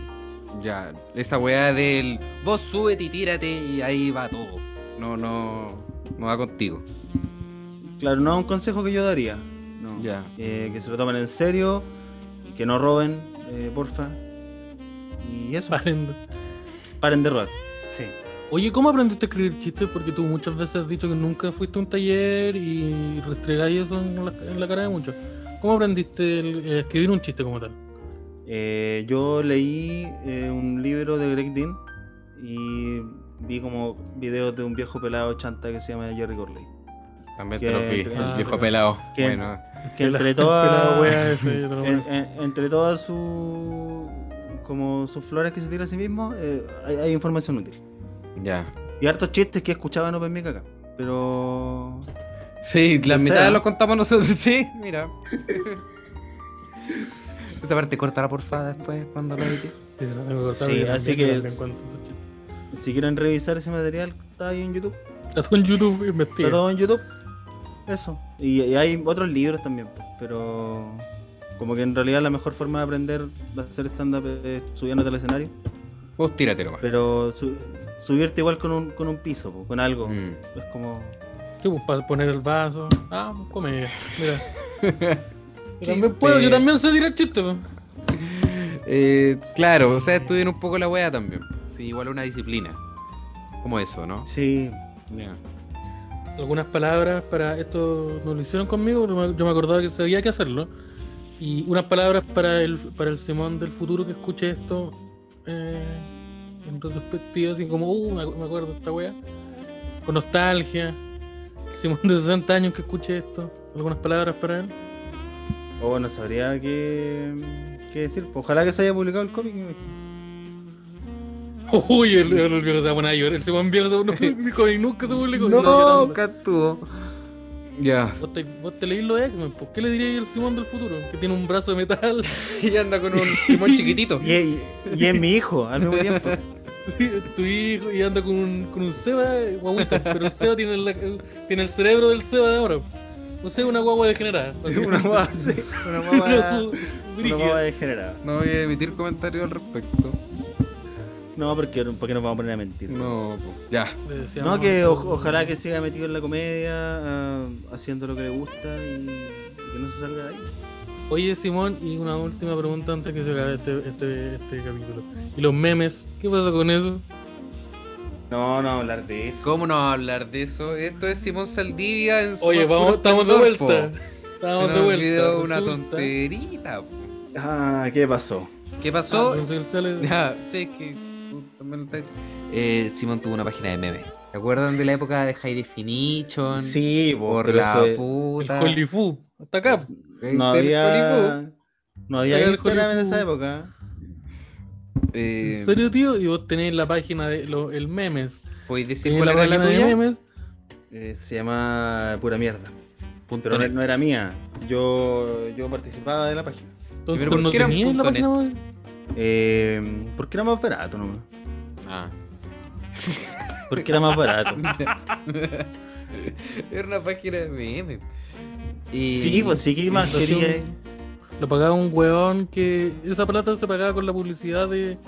Speaker 1: Ya, esa weá del vos súbete y tírate y ahí va todo. No, no, no va contigo.
Speaker 3: Claro, no es un consejo que yo daría. No.
Speaker 1: Ya.
Speaker 3: Eh, que se lo tomen en serio, que no roben, eh, porfa. Y eso.
Speaker 2: Paren de-
Speaker 3: Paren de robar. Sí.
Speaker 2: Oye, ¿cómo aprendiste a escribir chistes? Porque tú muchas veces has dicho que nunca fuiste a un taller y restregáis eso en la, en la cara de muchos. ¿Cómo aprendiste el- eh, a escribir un chiste como tal?
Speaker 3: Eh, yo leí eh, un libro de Greg Dean y vi como videos de un viejo pelado chanta que se llama Jerry Corley.
Speaker 1: También
Speaker 3: Que-
Speaker 1: te lo vi, el
Speaker 2: Ah,
Speaker 1: viejo
Speaker 2: pero-
Speaker 1: pelado.
Speaker 3: que-
Speaker 1: Bueno,
Speaker 3: Que entre
Speaker 2: La
Speaker 3: todas.
Speaker 2: wea esa, yo
Speaker 3: <laughs>
Speaker 2: te lo
Speaker 3: en-
Speaker 2: juro.
Speaker 3: en- entre todas sus. como sus flores que se tira a sí mismo, eh, hay, hay información útil.
Speaker 1: ya.
Speaker 3: Y hartos chistes que escuchaba en Open Mic acá. Pero.
Speaker 1: Sí, la
Speaker 3: O
Speaker 1: mitad
Speaker 3: sea-
Speaker 1: lo contamos nosotros, <laughs> sí, mira. Esa parte cortará porfa después cuando lo edite.
Speaker 2: Sí, te lo tengo cortado,
Speaker 3: sí,
Speaker 2: yo también,
Speaker 3: así
Speaker 2: yo
Speaker 3: que
Speaker 2: también
Speaker 3: es-
Speaker 2: cuento esos chistes.
Speaker 3: Si quieren revisar ese material, está ahí en YouTube.
Speaker 2: Está todo en YouTube,
Speaker 3: Está
Speaker 2: investiga.
Speaker 3: todo en YouTube. Eso. Y, y hay otros libros también, pues, pero como que en realidad la mejor forma de aprender a hacer stand-up es subiéndote al escenario.
Speaker 1: Vos tírate nomás.
Speaker 3: Pero su- subirte igual con un, con un piso, pues, con algo.
Speaker 1: Mm.
Speaker 3: Es como... <laughs>
Speaker 2: Sí, pues, para poner el vaso. Ah, comedia. pues, Mira. Yo también puedo, yo también sé tirar chistes. pues. po.
Speaker 1: Eh, claro, o sea, estudian un poco la weá también. Sí, igual una disciplina. Como eso, ¿no?
Speaker 3: Sí.
Speaker 1: Ya.
Speaker 2: Algunas palabras para esto no lo hicieron conmigo, yo me- yo me acordaba que sabía que hacerlo. Y unas palabras para el, para el Simón del futuro que escuche esto eh, en retrospectiva, así como, uh, me, acu- me acuerdo de esta wea. Con nostalgia. El Simón de 60 años que escuche esto. Algunas palabras para él.
Speaker 3: O no sabría qué, qué decir. Ojalá que se haya publicado el cómic. me imagino.
Speaker 2: Uy, el, el viejo se va a poner a llorar. El Simón viejo se va a poner el cómic nunca se publicó. y estaba llorando.
Speaker 1: nunca estuvo. Ya.
Speaker 2: Vos te, vos te leís los X-Men, ¿por qué le dirías al Simón del futuro? Que tiene un brazo de metal.
Speaker 1: <laughs> Y anda con
Speaker 3: <laughs>
Speaker 1: un Simón chiquitito.
Speaker 3: Y, y- y es mi hijo al mismo
Speaker 1: <laughs>
Speaker 3: tiempo.
Speaker 2: <laughs> Sí, tu hijo y anda con un, con un ceba eh, guagüita, pero el ceba tiene, la- tiene el cerebro del ceba de ahora. O sea, una guagua degenerada.
Speaker 3: <laughs> una guava, sí, Una
Speaker 2: <laughs>
Speaker 3: guava, <laughs>
Speaker 2: Una
Speaker 3: una
Speaker 2: brígida.
Speaker 3: guava degenerada.
Speaker 1: No voy a emitir comentario al respecto.
Speaker 3: No, porque, porque nos vamos a poner a mentir.
Speaker 1: No, po. ya.
Speaker 2: Le decíamos-
Speaker 3: No, que o- ojalá que siga metido en la comedia, ah, haciendo lo que le gusta y, y que no se salga de ahí.
Speaker 2: Oye, Simón, y una última pregunta antes que se acabe este, este, este capítulo. ¿Y los memes? ¿Qué pasa con eso?
Speaker 3: No, no hablar de eso.
Speaker 1: ¿Cómo no hablar de eso? Esto es Simón Saldivia en su
Speaker 2: Oye, vamos,
Speaker 1: oscuro
Speaker 2: estamos de
Speaker 1: esplendor,
Speaker 2: vuelta.
Speaker 1: po.
Speaker 2: Estamos
Speaker 1: Se
Speaker 2: de
Speaker 1: nos
Speaker 2: vuelta.
Speaker 1: olvidó una
Speaker 2: resulta-
Speaker 1: tonterita. po.
Speaker 3: Ah, ¿qué pasó?
Speaker 1: ¿Qué
Speaker 2: Ah,
Speaker 1: pasó? <laughs>
Speaker 2: entonces sale-
Speaker 1: Ya, sí, es que tú también lo estás- Eh, Simón tuvo una página de memes. ¿Se acuerdan de la época de High Definition?
Speaker 3: Sí, bo,
Speaker 1: Por
Speaker 3: pero eso
Speaker 1: la
Speaker 3: es-
Speaker 2: El
Speaker 1: puta.
Speaker 2: Hollywood. Hasta acá.
Speaker 1: Eh,
Speaker 3: no
Speaker 1: del Hollywood.
Speaker 3: había, no había
Speaker 2: Era el
Speaker 3: Instagram en
Speaker 2: Hollywood.
Speaker 3: esa época.
Speaker 1: Eh,
Speaker 2: ¿En serio, tío? Y vos tenés la página de lo- el memes.
Speaker 1: ¿Podéis decir
Speaker 2: Tenés
Speaker 1: cuál
Speaker 2: la
Speaker 1: era la
Speaker 2: página de
Speaker 1: tuya?
Speaker 2: memes.
Speaker 3: Eh, se llama Pura Mierda.
Speaker 1: Punto
Speaker 3: Pero no,
Speaker 1: net.
Speaker 3: no era mía. Yo, yo participaba de la página.
Speaker 2: Entonces
Speaker 1: Pero ¿por
Speaker 2: no
Speaker 1: qué era un
Speaker 2: tenías la
Speaker 1: punto
Speaker 2: página
Speaker 1: net?
Speaker 2: web.
Speaker 3: Eh, porque era más barato nomás.
Speaker 1: Ah.
Speaker 3: Porque era más
Speaker 1: <laughs>
Speaker 3: barato.
Speaker 1: <laughs> era una página de memes. Y...
Speaker 3: sí, pues sí que más
Speaker 2: Lo hacía un-
Speaker 3: quería.
Speaker 2: Lo pagaba un weón que. Esa plata se pagaba con la publicidad de.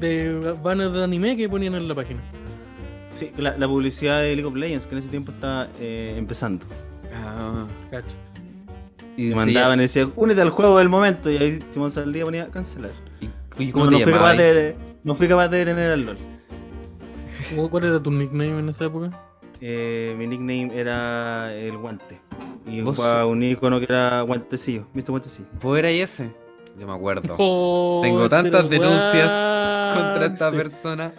Speaker 2: De banners de anime que ponían en la página.
Speaker 3: Sí, la, la publicidad de League of Legends, que en ese tiempo estaba eh, empezando.
Speaker 1: Ah.
Speaker 2: Cacha.
Speaker 1: Y
Speaker 3: Y
Speaker 1: se
Speaker 3: mandaban y decían, únete al juego del momento. Y ahí Simón Saldía ponía cancelar.
Speaker 1: ¿Y, y cómo
Speaker 3: No,
Speaker 1: te
Speaker 3: no fui capaz
Speaker 1: llamabas?
Speaker 3: de, de- no fui capaz de detener al LOL.
Speaker 2: ¿Vos ¿Cuál era tu nickname en esa época?
Speaker 3: Eh, mi nickname era el guante. Y
Speaker 1: ¿Vos?
Speaker 3: jugaba un icono que era guantecillo, Mr. Guantecillo.
Speaker 1: ¿Vos erais ese? Yo me acuerdo.
Speaker 2: <laughs> Oh,
Speaker 1: Tengo
Speaker 2: este
Speaker 1: tantas
Speaker 2: era
Speaker 1: denuncias
Speaker 2: guante.
Speaker 1: Contra esta persona.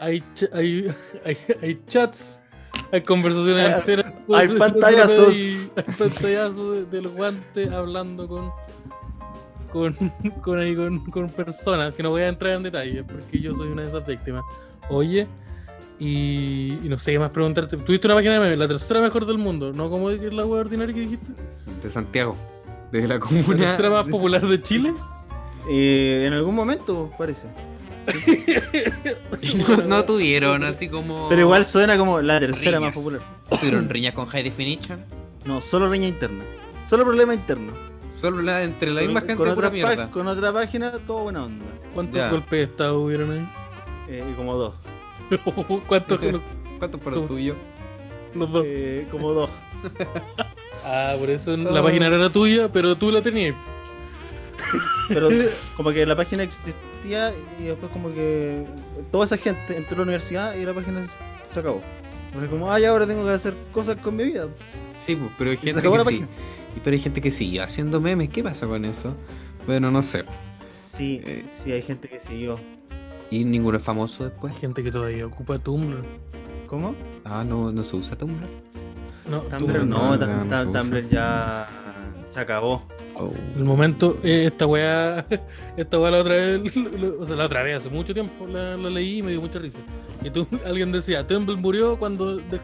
Speaker 2: Hay, cha- hay, <laughs> hay, hay chats, hay conversaciones
Speaker 3: Hay-
Speaker 2: enteras.
Speaker 3: Eh,
Speaker 2: pues,
Speaker 3: hay
Speaker 2: Entonces,
Speaker 3: pantallazos.
Speaker 2: Hay, hay pantallazos de- del guante hablando con. Con, <laughs> con, ahí con, con personas que no voy a entrar en detalles porque yo soy una de esas víctimas. Oye, y, y no sé qué más preguntarte. Tuviste una página de memes, la tercera mejor del mundo, ¿no? Como es la web ordinaria que dijiste.
Speaker 1: De Santiago. Desde la
Speaker 2: La
Speaker 1: comuna.
Speaker 2: tercera
Speaker 1: <laughs>
Speaker 2: más popular de Chile.
Speaker 3: Eh, en algún momento, parece.
Speaker 1: Y no, no tuvieron así como.
Speaker 3: Pero igual suena como la tercera
Speaker 1: Oh. Riñas.
Speaker 3: más popular.
Speaker 1: Tuvieron riñas con High Definition.
Speaker 3: No, solo reña interna. Solo problema interno.
Speaker 1: Solo la, entre la
Speaker 3: Con-
Speaker 1: misma gente
Speaker 3: con,
Speaker 1: pura
Speaker 3: otra pa-
Speaker 1: mierda.
Speaker 3: con otra página, todo buena onda.
Speaker 2: ¿Cuántos
Speaker 1: Ya.
Speaker 2: golpes de estado hubieron ahí? <laughs>
Speaker 3: Eh, y como dos.
Speaker 2: ¿Cuántos los,
Speaker 1: ¿Cuánto fueron
Speaker 2: Tú.
Speaker 1: tuyo?
Speaker 2: los dos?
Speaker 3: Eh, como dos.
Speaker 2: Ah, por eso
Speaker 1: Ah.
Speaker 2: la página no era tuya, pero tú la tenías.
Speaker 3: Sí, pero como que la página existía y después como que toda esa gente entró a la universidad y la página se acabó. Entonces como, ay, ahora tengo que hacer cosas con mi vida.
Speaker 1: Sí, pues, pero hay
Speaker 3: Y se
Speaker 1: gente
Speaker 3: acabó la
Speaker 1: que sí.
Speaker 3: página.
Speaker 1: Y pero hay gente que sigue haciendo memes. ¿Qué pasa con eso? Bueno, no sé.
Speaker 3: Sí,
Speaker 1: Eh.
Speaker 3: sí, hay gente que siguió.
Speaker 1: Y ninguno es famoso después.
Speaker 2: Hay gente que todavía ocupa Tumblr.
Speaker 3: ¿Cómo?
Speaker 1: Ah, no, no se usa Tumblr.
Speaker 2: No,
Speaker 3: Tumblr
Speaker 2: Tumblr
Speaker 3: no,
Speaker 1: no,
Speaker 3: ta-
Speaker 1: no, no
Speaker 3: ta-
Speaker 1: se usa.
Speaker 3: Tumblr ya se acabó.
Speaker 2: El momento, eh, esta weá, <laughs> esta weá la otra vez, <laughs> lo- lo- o sea, la otra vez, hace mucho tiempo la, la leí y me dio mucha risa. Y tú, <laughs> alguien decía, Tumblr murió cuando de-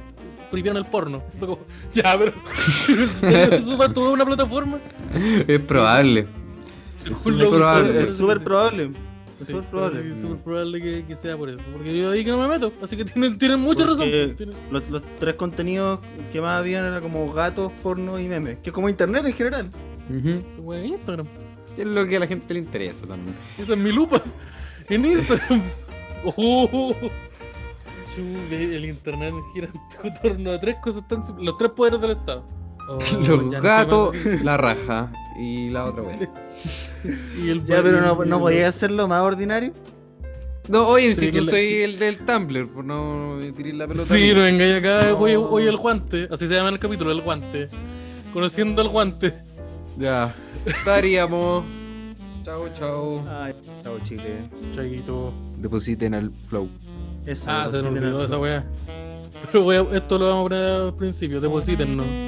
Speaker 2: prohibieron el porno. <laughs> Fue como, ya, pero, <laughs> ¿en serio Zumba tuvo una plataforma?
Speaker 1: <laughs> Es probable.
Speaker 2: Es
Speaker 1: súper
Speaker 2: Ah,
Speaker 1: probable.
Speaker 3: Es súper probable. Es
Speaker 2: Sí,
Speaker 3: súper probable.
Speaker 2: es súper probable que, que sea por eso. Porque yo ahí que no me meto, así que tienen, tienen mucha
Speaker 3: Porque
Speaker 2: razón. Tienen-
Speaker 3: Los, los tres contenidos que más habían eran como gatos, porno y memes. Que es como internet en general.
Speaker 1: Ujú.
Speaker 2: weá, Instagram.
Speaker 1: Es lo que a la gente le interesa también.
Speaker 2: Esa es mi lupa. En Instagram. <laughs> Oh. Chu, el internet gira en torno a tres cosas tan sim- Los tres poderes del Estado. o
Speaker 1: Los
Speaker 2: ya no sé
Speaker 1: gatos,
Speaker 2: cuál es.
Speaker 1: la raja y la
Speaker 2: <laughs>
Speaker 1: otra wea.
Speaker 2: Y el
Speaker 3: Ya, pero no, no
Speaker 2: y-
Speaker 3: podía hacerlo más ordinario.
Speaker 1: No, oye, si
Speaker 2: Sí, que
Speaker 1: tú
Speaker 2: la-
Speaker 1: soy el del Tumblr, pues no me tiré la pelota.
Speaker 2: Sí, no vengáis acá,
Speaker 1: No.
Speaker 2: oye, oye, el guante. Así se llama el capítulo, el guante. Conociendo el guante.
Speaker 1: Ya, estaríamos. chao, chao.
Speaker 3: Ay, chao, Chile.
Speaker 2: Chaguito.
Speaker 1: Depositen al flow.
Speaker 3: Eso,
Speaker 2: Ah, se
Speaker 3: sí,
Speaker 2: me
Speaker 3: tener-
Speaker 2: olvidó esa weá. Pero weá, esto lo vamos a poner al principio, deposítennos.